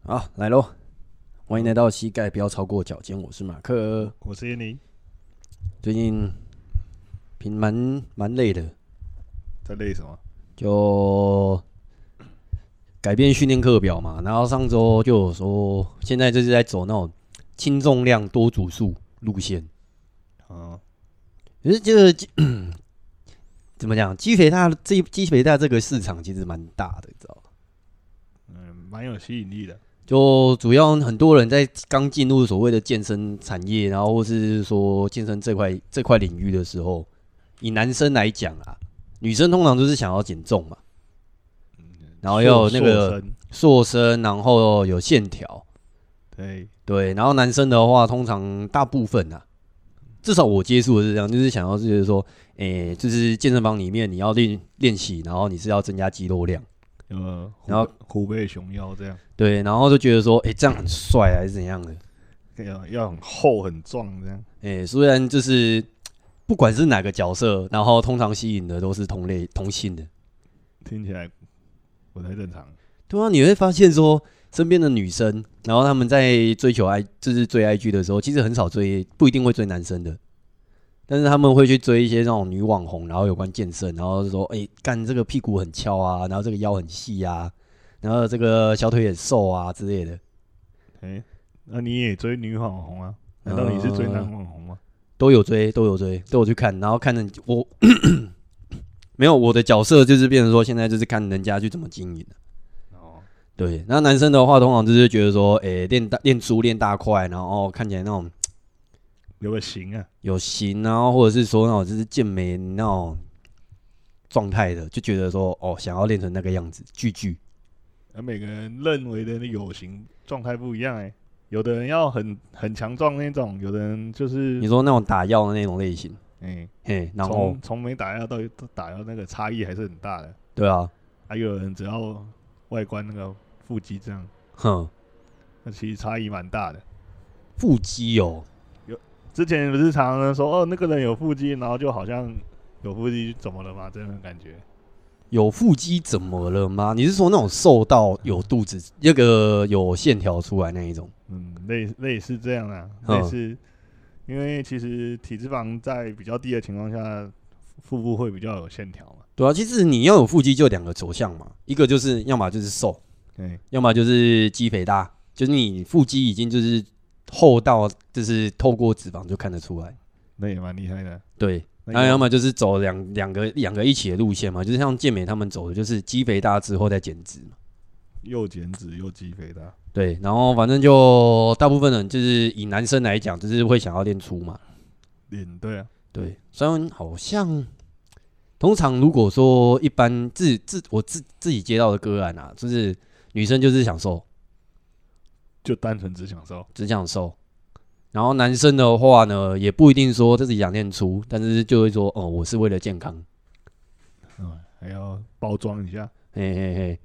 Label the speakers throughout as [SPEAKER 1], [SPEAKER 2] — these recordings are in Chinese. [SPEAKER 1] 好，来喽！欢迎来到膝盖不要超过脚尖，我是马克。
[SPEAKER 2] 我是燕妮，
[SPEAKER 1] 最近平蛮蛮累的，
[SPEAKER 2] 在累什么？
[SPEAKER 1] 就改变训练课表嘛。然后上周就有说，现在就是在走那种轻重量多组数路线。
[SPEAKER 2] 嗯，
[SPEAKER 1] 可是这个 怎么讲？基肥大这基肥大这个市场其实蛮大的，你知道吗？
[SPEAKER 2] 嗯，蛮有吸引力的。
[SPEAKER 1] 就主要很多人在刚进入所谓的健身产业，然后或是说健身这块这块领域的时候，以男生来讲啊，女生通常都是想要减重嘛，然后要有那
[SPEAKER 2] 嗯瘦
[SPEAKER 1] 个
[SPEAKER 2] 身
[SPEAKER 1] 塑身，然后有线条，
[SPEAKER 2] 对，
[SPEAKER 1] 对，然后男生的话，通常大部分啊，至少我接触的是这样，就是想要就是说，诶、就是健身房里面你要练练习，然后你是要增加肌肉量。
[SPEAKER 2] 呃，虎
[SPEAKER 1] 然后
[SPEAKER 2] 虎背熊腰这样，
[SPEAKER 1] 对，然后就觉得说，诶、这样很帅啊还是怎样的？
[SPEAKER 2] 要要很厚很壮这样。
[SPEAKER 1] 诶、虽然就是不管是哪个角色，然后通常吸引的都是同类同性的。
[SPEAKER 2] 听起来不太正常。
[SPEAKER 1] 对啊，你会发现说身边的女生，然后她们在追求 I 就是追 IG 的时候，其实很少追，不一定会追男生的，但是他们会去追一些那种女网红，然后有关健身，然后就说，诶、干这个屁股很翘啊，然后这个腰很细啊，然后这个小腿很瘦啊之类的。
[SPEAKER 2] 哎、那你也追女网红啊？难道你是追男网红吗？
[SPEAKER 1] 都有追，都有追，都有去看，然后看着我 没有我的角色就是变成说，现在就是看人家去怎么经营。
[SPEAKER 2] 哦，
[SPEAKER 1] 对，那男生的话，通常就是觉得说，诶、练大练粗练大块，然后看起来那种
[SPEAKER 2] 有个型啊，
[SPEAKER 1] 有型，然后或者是说那种就是健美那种状态的，就觉得说，哦，想要练成那个样子，巨巨。
[SPEAKER 2] 那每个人认为的那有型状态不一样哎、有的人要很很强壮那种，有的人就是
[SPEAKER 1] 你说那种打药的那种类型，
[SPEAKER 2] 哎，
[SPEAKER 1] 嘿，然后
[SPEAKER 2] 从从没打药到到打药那个差异还是很大的。
[SPEAKER 1] 对啊，
[SPEAKER 2] 还有人只要外观那个腹肌这样，
[SPEAKER 1] 哼，
[SPEAKER 2] 那其实差异蛮大的。
[SPEAKER 1] 腹肌哦，
[SPEAKER 2] 之前不是常常说哦，那个人有腹肌，然后就好像有腹肌怎么了嘛，这种感觉。
[SPEAKER 1] 有腹肌怎么了吗？你是说那种瘦到有肚子，那个有线条出来那一种？
[SPEAKER 2] 嗯，类类似这样啊，
[SPEAKER 1] 嗯
[SPEAKER 2] 类似，因为其实体脂肪在比较低的情况下，腹部会比较有线条嘛。
[SPEAKER 1] 对啊，其实你要有腹肌就两个走向嘛，一个就是要么就是瘦，
[SPEAKER 2] 对，
[SPEAKER 1] 要么就是肌肥大，就是你腹肌已经就是厚到就是透过脂肪就看得出来。
[SPEAKER 2] 那也蛮厉害的。
[SPEAKER 1] 对，
[SPEAKER 2] 那
[SPEAKER 1] 然后
[SPEAKER 2] 有
[SPEAKER 1] 要么就是走两两个两个一起的路线嘛，就是像健美他们走的就是肌肥大之后再减脂嘛。
[SPEAKER 2] 又减脂又肌肥大，
[SPEAKER 1] 对，然后反正就大部分人就是以男生来讲，就是会想要练粗嘛。
[SPEAKER 2] 脸对啊，
[SPEAKER 1] 对，虽然好像通常如果说一般自自我自自己接到的个案啊，就是女生就是想瘦，
[SPEAKER 2] 就单纯只享受。
[SPEAKER 1] 只想瘦。然后男生的话呢，也不一定说自己想练粗，但是就会说哦，我是为了健康，
[SPEAKER 2] 嗯，还要包装一下。
[SPEAKER 1] 嘿嘿嘿。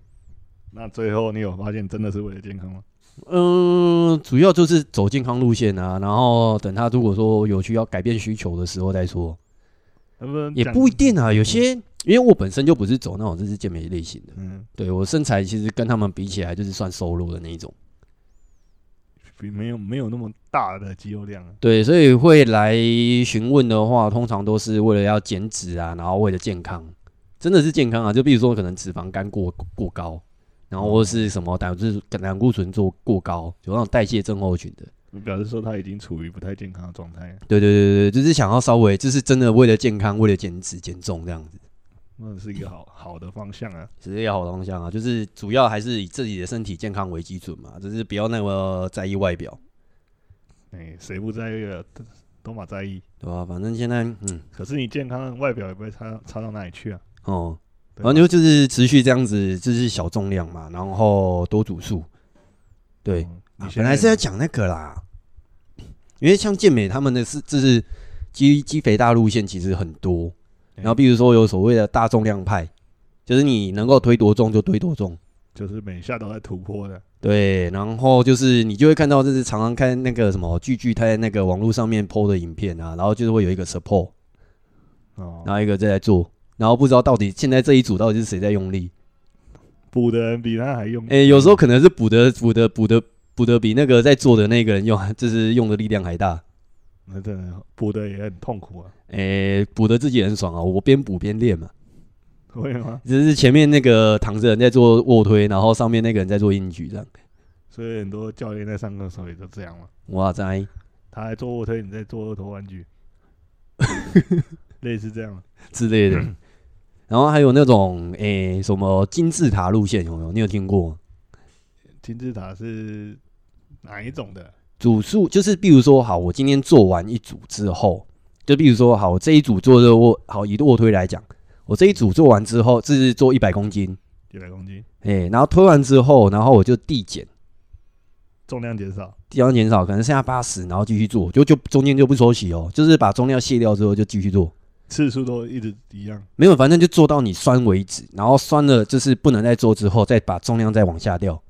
[SPEAKER 2] 那最后你有发现真的是为了健康吗？
[SPEAKER 1] 嗯、主要就是走健康路线啊。然后等他如果说有需要改变需求的时候再说，
[SPEAKER 2] 能不能
[SPEAKER 1] 也
[SPEAKER 2] 讲
[SPEAKER 1] 不一定啊。有些因为我本身就不是走那种就是健美类型的，
[SPEAKER 2] 嗯，
[SPEAKER 1] 对我身材其实跟他们比起来就是算瘦弱的那一种。
[SPEAKER 2] 比没有没有那么大的肌肉量啊。
[SPEAKER 1] 对，所以会来询问的话，通常都是为了要减脂啊，然后为了健康，真的是健康啊。就比如说可能脂肪肝过过高，然后或是什么胆固醇胆固醇做过高，有那种代谢症候群的。
[SPEAKER 2] 表示说他已经处于不太健康的状态，啊
[SPEAKER 1] 对对对对，就是想要稍微就是真的为了健康，为了减脂减重这样子，
[SPEAKER 2] 那是一 个好好的方向啊。
[SPEAKER 1] 其实也好方向啊。就是主要还是以自己的身体健康为基准嘛，就是不要那么在意外表，
[SPEAKER 2] 哎、谁不在意啊？都都嘛在意。
[SPEAKER 1] 对吧、反正现在嗯
[SPEAKER 2] 可是你健康的外表也不会差差到哪里去啊。
[SPEAKER 1] 哦。
[SPEAKER 2] 对
[SPEAKER 1] 然
[SPEAKER 2] 吧
[SPEAKER 1] 后就就是持续这样子，就是小重量嘛，然后多组数。对，
[SPEAKER 2] 嗯
[SPEAKER 1] 啊
[SPEAKER 2] 你现
[SPEAKER 1] 本来是要讲那个啦，因为像健美他们的是就是肌肌肥大路线其实很多，
[SPEAKER 2] 对
[SPEAKER 1] 然后比如说有所谓的大重量派，就是你能够推多重就推多重。
[SPEAKER 2] 就是每下都在突破的，
[SPEAKER 1] 对，然后就是你就会看到，就是常常看那个什么巨巨他在那个网络上面 PO 的影片啊，然后就是会有一个 support，
[SPEAKER 2] 哦，
[SPEAKER 1] 然后一个在做，然后不知道到底现在这一组到底是谁在用力。
[SPEAKER 2] 补的人比他还用。
[SPEAKER 1] 诶、有时候可能是补的补的补的补的比那个在做的那个人用，就是用的力量还大。
[SPEAKER 2] 那真的补的也很痛苦啊，
[SPEAKER 1] 诶、补的自己很爽啊，我边补边练嘛。
[SPEAKER 2] 会吗？
[SPEAKER 1] 只是前面那个躺着人在做卧推，然后上面那个人在做硬举，这样。
[SPEAKER 2] 所以很多教练在上课的时候也都这样嘛。
[SPEAKER 1] 哇塞，
[SPEAKER 2] 他还做卧推，你在做二头弯 举，类似这样。啊
[SPEAKER 1] 之类的。然后还有那种诶、什么金字塔路线有没有？你有听过吗？
[SPEAKER 2] 金字塔是哪一种的？
[SPEAKER 1] 组数就是，比如说，好，我今天做完一组之后，就比如说，好，我这一组做热卧，好，以卧推来讲，我这一组做完之后，这是做一百公斤，
[SPEAKER 2] 一百公斤，
[SPEAKER 1] 诶、哎然后推完之后，然后我就递减，
[SPEAKER 2] 重量减少，
[SPEAKER 1] 地方减少，可能剩下八十，然后继续做，就就中间就不休息哦，就是把重量卸掉之后就继续做，
[SPEAKER 2] 次数都一直一样。
[SPEAKER 1] 没有，反正就做到你酸为止，然后酸了就是不能再做之后，再把重量再往下掉。
[SPEAKER 2] 啊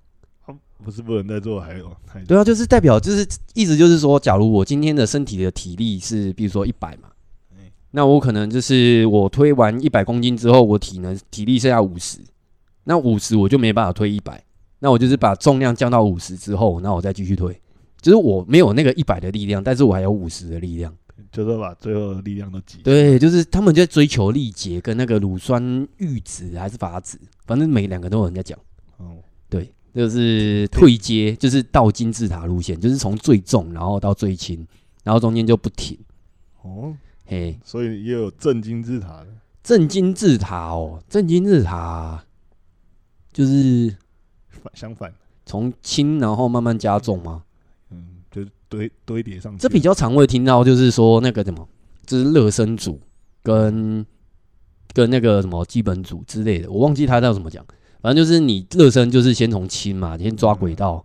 [SPEAKER 2] 不是不能再做，还有还
[SPEAKER 1] 对啊，就是代表就是意思就是说，假如我今天的身体的体力是比如说一百嘛
[SPEAKER 2] 嗯，
[SPEAKER 1] 那我可能就是我推完一百公斤之后，我体能体力剩下五十，那五十我就没办法推一百，那我就是把重量降到五十之后，那我再继续推，就是我没有那个一百的力量，但是我还有五十的力量。
[SPEAKER 2] 就是把最后的力量都挤。
[SPEAKER 1] 对，就是他们就在追求力竭跟那个乳酸阈值还是阀值，反正每两个都有人在讲。
[SPEAKER 2] 哦，
[SPEAKER 1] 对，就是退阶，就是到金字塔路线，就是从最重然后到最轻，然后中间就不停。
[SPEAKER 2] 哦，
[SPEAKER 1] 嘿，
[SPEAKER 2] 所以也有正金字塔的，
[SPEAKER 1] 正金字塔哦，正金字塔就是
[SPEAKER 2] 反相反，
[SPEAKER 1] 从轻然后慢慢加重吗？
[SPEAKER 2] 嗯，就是堆堆叠上去。
[SPEAKER 1] 这比较常会听到，就是说那个什么，就是热身组跟跟那个什么基本组之类的，我忘记他叫怎么讲。反正就是你热身就是先从轻嘛，先抓轨道，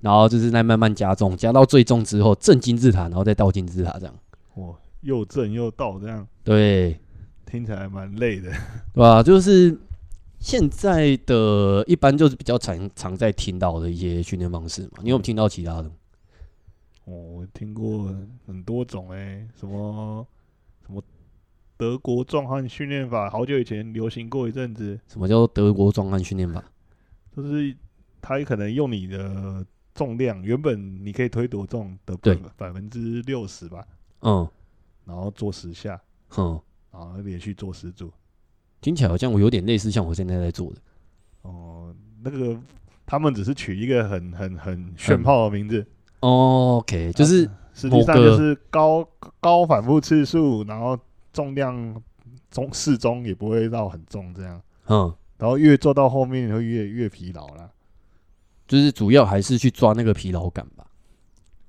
[SPEAKER 1] 然后就是再慢慢加重，加到最重之后正金字塔，然后再倒金字塔这样。
[SPEAKER 2] 哇，哦又正又倒，这样
[SPEAKER 1] 对，
[SPEAKER 2] 听起来蛮累的。
[SPEAKER 1] 对吧、就是现在的一般就是比较常常在听到的一些训练方式嘛。你有听到其他的吗？
[SPEAKER 2] 哦，我听过很多种哎、什么什么德国壮汉训练法，好久以前流行过一阵子，
[SPEAKER 1] 什么叫做德国壮汉训练法？
[SPEAKER 2] 就是他可能用你的重量，原本你可以推多重的
[SPEAKER 1] 对
[SPEAKER 2] 百分之六十吧，
[SPEAKER 1] 嗯
[SPEAKER 2] 然后做十下，
[SPEAKER 1] 哼，
[SPEAKER 2] 然后连续做十组。
[SPEAKER 1] 听起来好像我有点类似像我现在在做的。
[SPEAKER 2] 哦，那个他们只是取一个很很很炫炮的名字，啊
[SPEAKER 1] 哦 OK，就是、
[SPEAKER 2] 实
[SPEAKER 1] 某
[SPEAKER 2] 际上就
[SPEAKER 1] 个
[SPEAKER 2] 是高高反复次数，然后重量中适中，也不会到很重这样。
[SPEAKER 1] 嗯，
[SPEAKER 2] 然后越做到后面你会越越疲劳啦。
[SPEAKER 1] 就是主要还是去抓那个疲劳感吧。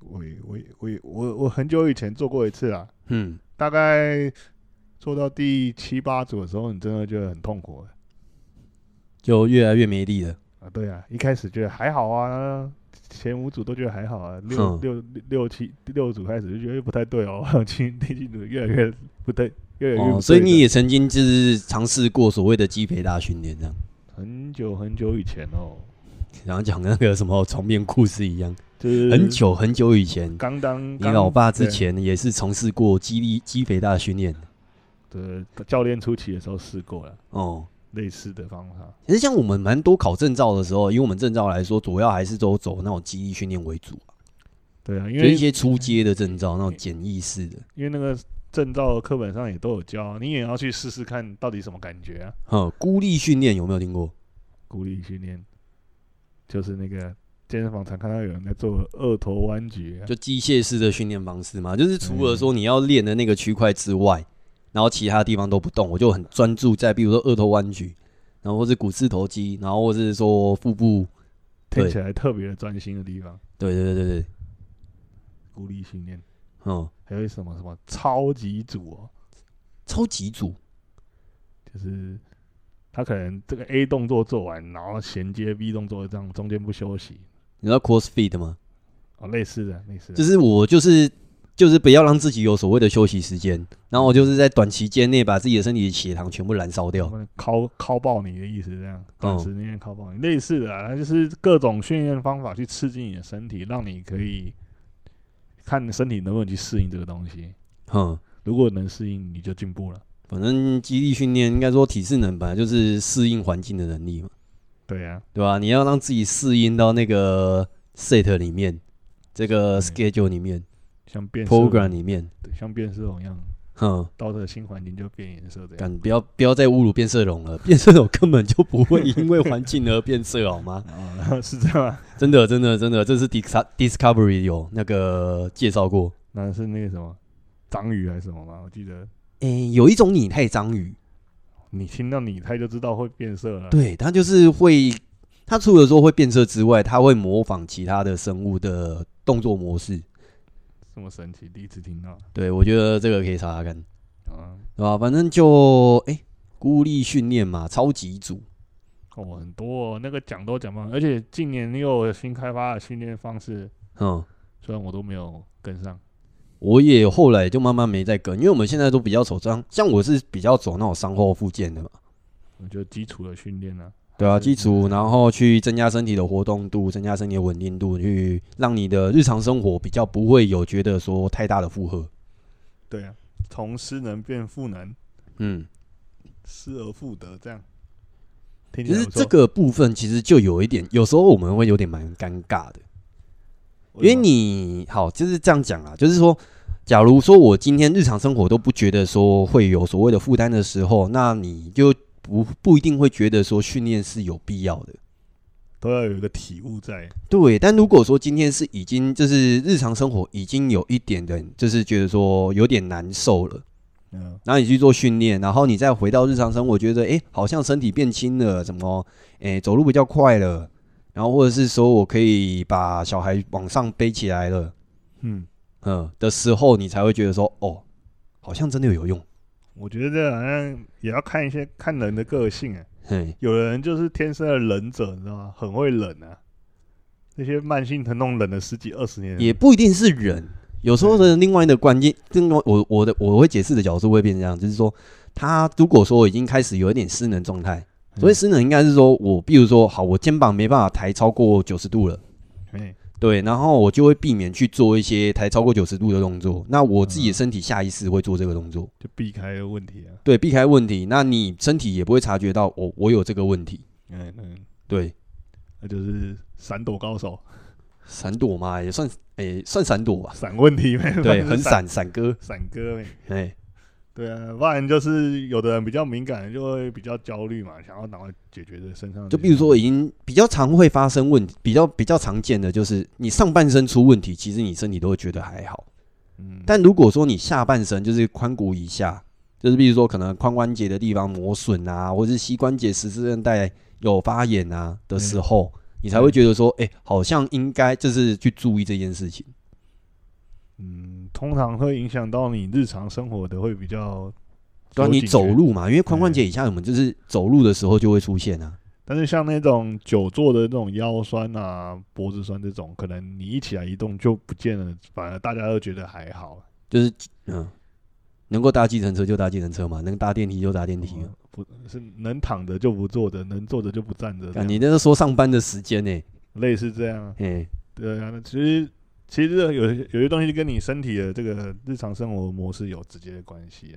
[SPEAKER 2] 我也我也我也我我很久以前做过一次啦，
[SPEAKER 1] 嗯，
[SPEAKER 2] 大概做到第七八组的时候，你真的觉得很痛苦了
[SPEAKER 1] 就越来越没力了。
[SPEAKER 2] 啊。对啊，一开始觉得还好啊，前五组都觉得还好啊，六
[SPEAKER 1] 哼
[SPEAKER 2] 六六七六组开始就觉得不太对哦， 七第七组越来越不对，越来越不对啊
[SPEAKER 1] 哦，
[SPEAKER 2] 了。
[SPEAKER 1] 所以你也曾经就是尝试过所谓的肌肥大训练这样，
[SPEAKER 2] 很久很久以前哦，
[SPEAKER 1] 然后讲那个什么床边故事一样，
[SPEAKER 2] 就是
[SPEAKER 1] 很久很久以前，
[SPEAKER 2] 刚当
[SPEAKER 1] 你
[SPEAKER 2] 刚
[SPEAKER 1] 老爸之
[SPEAKER 2] 对
[SPEAKER 1] 前也是从事过肌力肌肥大的训练
[SPEAKER 2] 对教练初期的时候试过了
[SPEAKER 1] 哦。
[SPEAKER 2] 类似的方法。
[SPEAKER 1] 其实像我们蛮多考证照的时候，以我们证照来说，主要还是都走那种肌力训练为主，
[SPEAKER 2] 对啊，因
[SPEAKER 1] 就
[SPEAKER 2] 为
[SPEAKER 1] 一些初阶的证照，那种简易式的，
[SPEAKER 2] 因为那个证照课本上也都有教，啊你也要去试试看到底什么感觉啊。
[SPEAKER 1] 哼，嗯孤立训练有没有听过？
[SPEAKER 2] 鼓励训练就是那个健身房常看到有人在做二头弯举、啊，
[SPEAKER 1] 就机械式的训练方式嘛，就是除了说你要练的那个区块之外，然后其他地方都不动，我就很专注在比如说二头弯举，然后或是股四头肌，然后或是说腹部，
[SPEAKER 2] 听起来特别的专心的地方。
[SPEAKER 1] 对对对对对，
[SPEAKER 2] 鼓励训练
[SPEAKER 1] 嗯，
[SPEAKER 2] 还有什么什么超级组哦，
[SPEAKER 1] 超级组，
[SPEAKER 2] 就是他可能这个 A 动作做完，然后衔接 B 动作，这样中间不休息
[SPEAKER 1] 你知道 CrossFit 吗？
[SPEAKER 2] 哦，类似的类似的，
[SPEAKER 1] 就是我就是就是不要让自己有所谓的休息时间，然后我就是在短期间内把自己的身体的血糖全部燃烧掉
[SPEAKER 2] 他。们敲敲爆你的意思，这样
[SPEAKER 1] 嗯
[SPEAKER 2] 短时间敲爆你，类似的啊，它就是各种训练方法去刺激你的身体，让你可以看你身体能不能去适应这个东西。
[SPEAKER 1] 哼，
[SPEAKER 2] 如果能适应，你就进步了。
[SPEAKER 1] 反正肌力训练应该说体适能本来就是适应环境的能力嘛。
[SPEAKER 2] 对啊呀、
[SPEAKER 1] 对吧、你要让自己适应到那个 set 里面，这个 schedule 里面
[SPEAKER 2] 像变色龙
[SPEAKER 1] ，program 里面，
[SPEAKER 2] 对像变色龙一样，
[SPEAKER 1] 哼，
[SPEAKER 2] 到这个新环境就变颜色这样。
[SPEAKER 1] 敢不要不要再侮辱变色龙了， 变色龙根本就不会因为环境而变色，好吗？
[SPEAKER 2] 啊， 是这样吗？
[SPEAKER 1] 真的，真的，真的，这是 Disco- Discovery 有那个介绍过。
[SPEAKER 2] 那是那个什么章鱼还是什么吗？我记得
[SPEAKER 1] 诶、有一种拟态章鱼，
[SPEAKER 2] 你听到拟态就知道会变色了。
[SPEAKER 1] 对，它就是会，它除了说会变色之外，它会模仿其他的生物的动作模式。
[SPEAKER 2] 这么神奇，第一次听到
[SPEAKER 1] 对我觉得这个可以查查看，
[SPEAKER 2] 啊！
[SPEAKER 1] 对吧？反正就诶、孤立训练嘛，超级组，
[SPEAKER 2] 哦，很多、哦、那个讲都讲不完，而且近年又有新开发的训练方式，
[SPEAKER 1] 嗯，
[SPEAKER 2] 虽然我都没有跟上。
[SPEAKER 1] 我也后来就慢慢没再跟，因为我们现在都比较走伤，像我是比较走那种伤后复健的嘛，
[SPEAKER 2] 我觉得基础的训练呢，
[SPEAKER 1] 对啊，
[SPEAKER 2] 是
[SPEAKER 1] 基础，然后去增加身体的活动度，增加身体的稳定度，去让你的日常生活比较不会有觉得说太大的负荷。
[SPEAKER 2] 对啊，从失能变赋能，
[SPEAKER 1] 嗯，
[SPEAKER 2] 失而复得，这样。听
[SPEAKER 1] 其
[SPEAKER 2] 起来
[SPEAKER 1] 实
[SPEAKER 2] 不错
[SPEAKER 1] 这，个部分其实就有一点，有时候我们会有点蛮尴尬的，因为你好就是这样讲啦，就是说，假如说我今天日常生活都不觉得说会有所谓的负担的时候，那你就不不一定会觉得说训练是有必要的。
[SPEAKER 2] 都要有一个体悟在，
[SPEAKER 1] 对，但如果说今天是已经就是日常生活已经有一点点，就是觉得说有点难受了，
[SPEAKER 2] 嗯，
[SPEAKER 1] 然后你去做训练，然后你再回到日常生活，觉得诶好像身体变轻了，怎么诶走路比较快了，然后或者是说我可以把小孩往上背起来了，
[SPEAKER 2] 嗯，
[SPEAKER 1] 嗯的时候，你才会觉得说哦，好像真的有用，
[SPEAKER 2] 我觉得这好像也要看一些看人的个性啊。
[SPEAKER 1] 嘿，
[SPEAKER 2] 有的人就是天生的忍者，你知道吗？很会忍啊。那些慢性疼痛忍了十几二十年，
[SPEAKER 1] 也不一定是人，有时候的另外的关键，另外我我的我会解释的角度会变成这样，就是说他如果说已经开始有一点失能状态，所以失能应该是说我比如说好，我肩膀没办法抬超过九十度了。
[SPEAKER 2] 哎，
[SPEAKER 1] 对，然后我就会避免去做一些抬超过九十度的动作。那我自己的身体下意识会做这个动作，
[SPEAKER 2] 就避开了问题啊。
[SPEAKER 1] 对，避开问题。那你身体也不会察觉到哦我我有这个问题。
[SPEAKER 2] 嗯嗯，
[SPEAKER 1] 对，
[SPEAKER 2] 那就是闪躲高手，
[SPEAKER 1] 闪躲嘛，也算诶、算闪躲吧。
[SPEAKER 2] 闪问题 没？
[SPEAKER 1] 对，很
[SPEAKER 2] 闪
[SPEAKER 1] 闪闪哥，
[SPEAKER 2] 闪哥没？
[SPEAKER 1] 哎、
[SPEAKER 2] 对啊，不然就是有的人比较敏感，就会比较焦虑嘛，想要赶快解决这身上的。
[SPEAKER 1] 就比如说已经比较常会发生问题，比较比较常见的就是你上半身出问题，其实你身体都会觉得还好。
[SPEAKER 2] 嗯，
[SPEAKER 1] 但如果说你下半身就是髋骨以下，就是比如说可能髋关节的地方磨损啊，或者是膝关节十字韧带有发炎啊的时候，
[SPEAKER 2] 嗯
[SPEAKER 1] 你才会觉得说，哎、好像应该就是去注意这件事情。
[SPEAKER 2] 嗯，通常会影响到你日常生活的，会比较。
[SPEAKER 1] 对啊，你走，路嘛，因为髋
[SPEAKER 2] 嗯
[SPEAKER 1] 关节以下我们就是走路的时候就会出现啊。
[SPEAKER 2] 但是像那种久坐的那种腰酸啊、脖子酸这种，可能你一起来移动就不见了，反而大家都觉得还好。
[SPEAKER 1] 就是嗯，能够搭计程车就搭计程车嘛，能搭电梯就搭电梯啊嘛。
[SPEAKER 2] 不是能躺着就不坐着，能坐着就不站着这
[SPEAKER 1] 啊，
[SPEAKER 2] 样，
[SPEAKER 1] 你那是说上班的时间呢、
[SPEAKER 2] 类似这样啊。
[SPEAKER 1] 哎、
[SPEAKER 2] 对啊，那其实其实有些有些东西跟你身体的这个日常生活模式有直接的关系啊、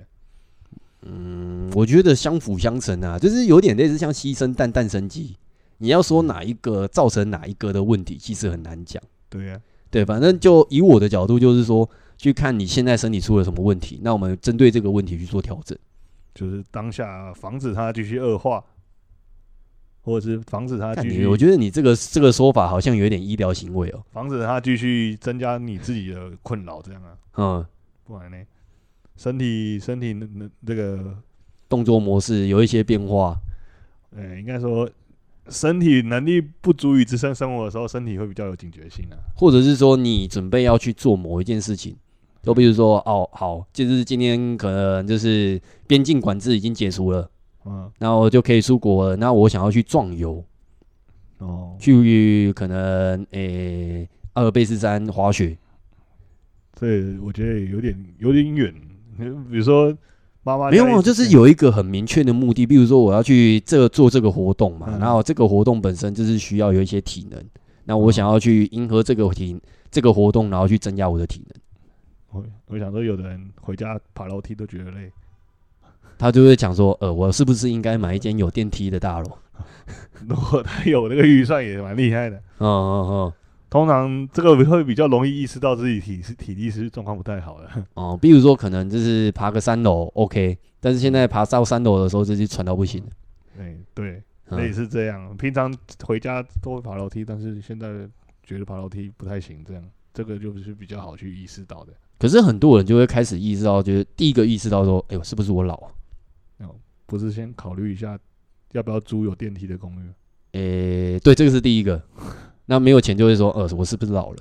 [SPEAKER 1] 嗯，我觉得相辅相成啊，就是有点类似像牺牲蛋蛋生鸡。你要说哪一个造成哪一个的问题，其实很难讲。
[SPEAKER 2] 对啊呀、
[SPEAKER 1] 对，反正就以我的角度，就是说去看你现在身体出了什么问题，那我们针对这个问题去做调整。
[SPEAKER 2] 就是当下防止它继续恶化，或者是防止它
[SPEAKER 1] 看
[SPEAKER 2] 继
[SPEAKER 1] 你，
[SPEAKER 2] 续，
[SPEAKER 1] 我觉得你这个这个说法好像有点医疗行为哦。
[SPEAKER 2] 防止它继续增加你自己的困扰，这样啊，
[SPEAKER 1] 嗯，
[SPEAKER 2] 不然呢，身体身体那那这个，
[SPEAKER 1] 动作模式有一些变化，
[SPEAKER 2] 呃，应该说身体能力不足以支撑生活的时候，身体会比较有警觉性啊。
[SPEAKER 1] 或者是说你准备要去做某一件事情，就比如说哦，好，就是今天可能就是边境管制已经解除了。
[SPEAKER 2] 嗯，
[SPEAKER 1] 那我就可以出国了。那我想要去壮游，
[SPEAKER 2] 哦，
[SPEAKER 1] 去可能诶、阿尔卑斯山滑雪，
[SPEAKER 2] 这我觉得有点有点远，比如说妈妈
[SPEAKER 1] 没有
[SPEAKER 2] 家
[SPEAKER 1] 啊，
[SPEAKER 2] 里
[SPEAKER 1] 就是有一个很明确的目的，比如说我要去这个做这个活动嘛，
[SPEAKER 2] 嗯
[SPEAKER 1] 然后这个活动本身就是需要有一些体能，那我想要去迎合这个体这个活动，然后去增加我的体能，
[SPEAKER 2] 我我想说，有的人回家爬楼梯都觉得累，
[SPEAKER 1] 他就会讲说，呃，我是不是应该买一间有电梯的大楼？
[SPEAKER 2] 如果他有那个预算，也蛮厉害的。
[SPEAKER 1] 嗯嗯
[SPEAKER 2] 通常这个会比较容易意识到自己体体力是状况不太好的。
[SPEAKER 1] 嗯，哦，比如说可能就是爬个三楼 OK，但是现在爬到三楼的时候，就是喘到不行了。
[SPEAKER 2] 哎，对，类
[SPEAKER 1] 嗯
[SPEAKER 2] 似这样。平常回家都会爬楼梯，但是现在觉得爬楼梯不太行，这样这个就是比较好去意识到的。
[SPEAKER 1] 可是很多人就会开始意识到，就是第一个意识到说，哎呦，是不是我老啊？
[SPEAKER 2] 不是先考虑一下要不要租有电梯的公寓
[SPEAKER 1] 诶、对，这个是第一个。 那没有钱就会说，呃，我是不是老了？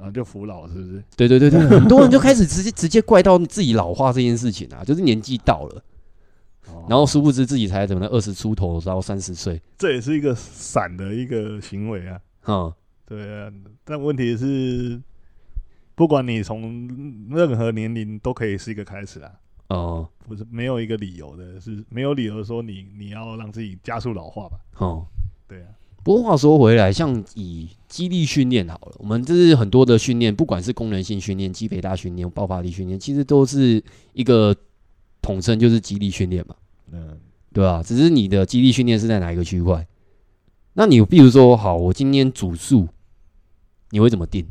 [SPEAKER 2] 啊？就扶老是不是？
[SPEAKER 1] 对对对对，很多人就开始直接直接怪到自己老化这件事情啊，就是年纪到了，
[SPEAKER 2] 哦
[SPEAKER 1] 然后殊不知自己才怎么二十出头到三十岁，
[SPEAKER 2] 这也是一个散的一个行为啊。
[SPEAKER 1] 嗯，
[SPEAKER 2] 对啊，但问题是，不管你从任何年龄都可以是一个开始啊，
[SPEAKER 1] 哦、
[SPEAKER 2] 不是没有一个理由的，是没有理由说你你要让自己加速老化吧？
[SPEAKER 1] 哦、
[SPEAKER 2] 对啊，
[SPEAKER 1] 不过话说回来，像以肌力训练好了，我们这是很多的训练，不管是功能性训练、肌肥大训练、爆发力训练，其实都是一个统称，就是肌力训练嘛。
[SPEAKER 2] 嗯，
[SPEAKER 1] 对啊，只是你的肌力训练是在哪一个区块？那你比如说，好，我今天组数，你会怎么定？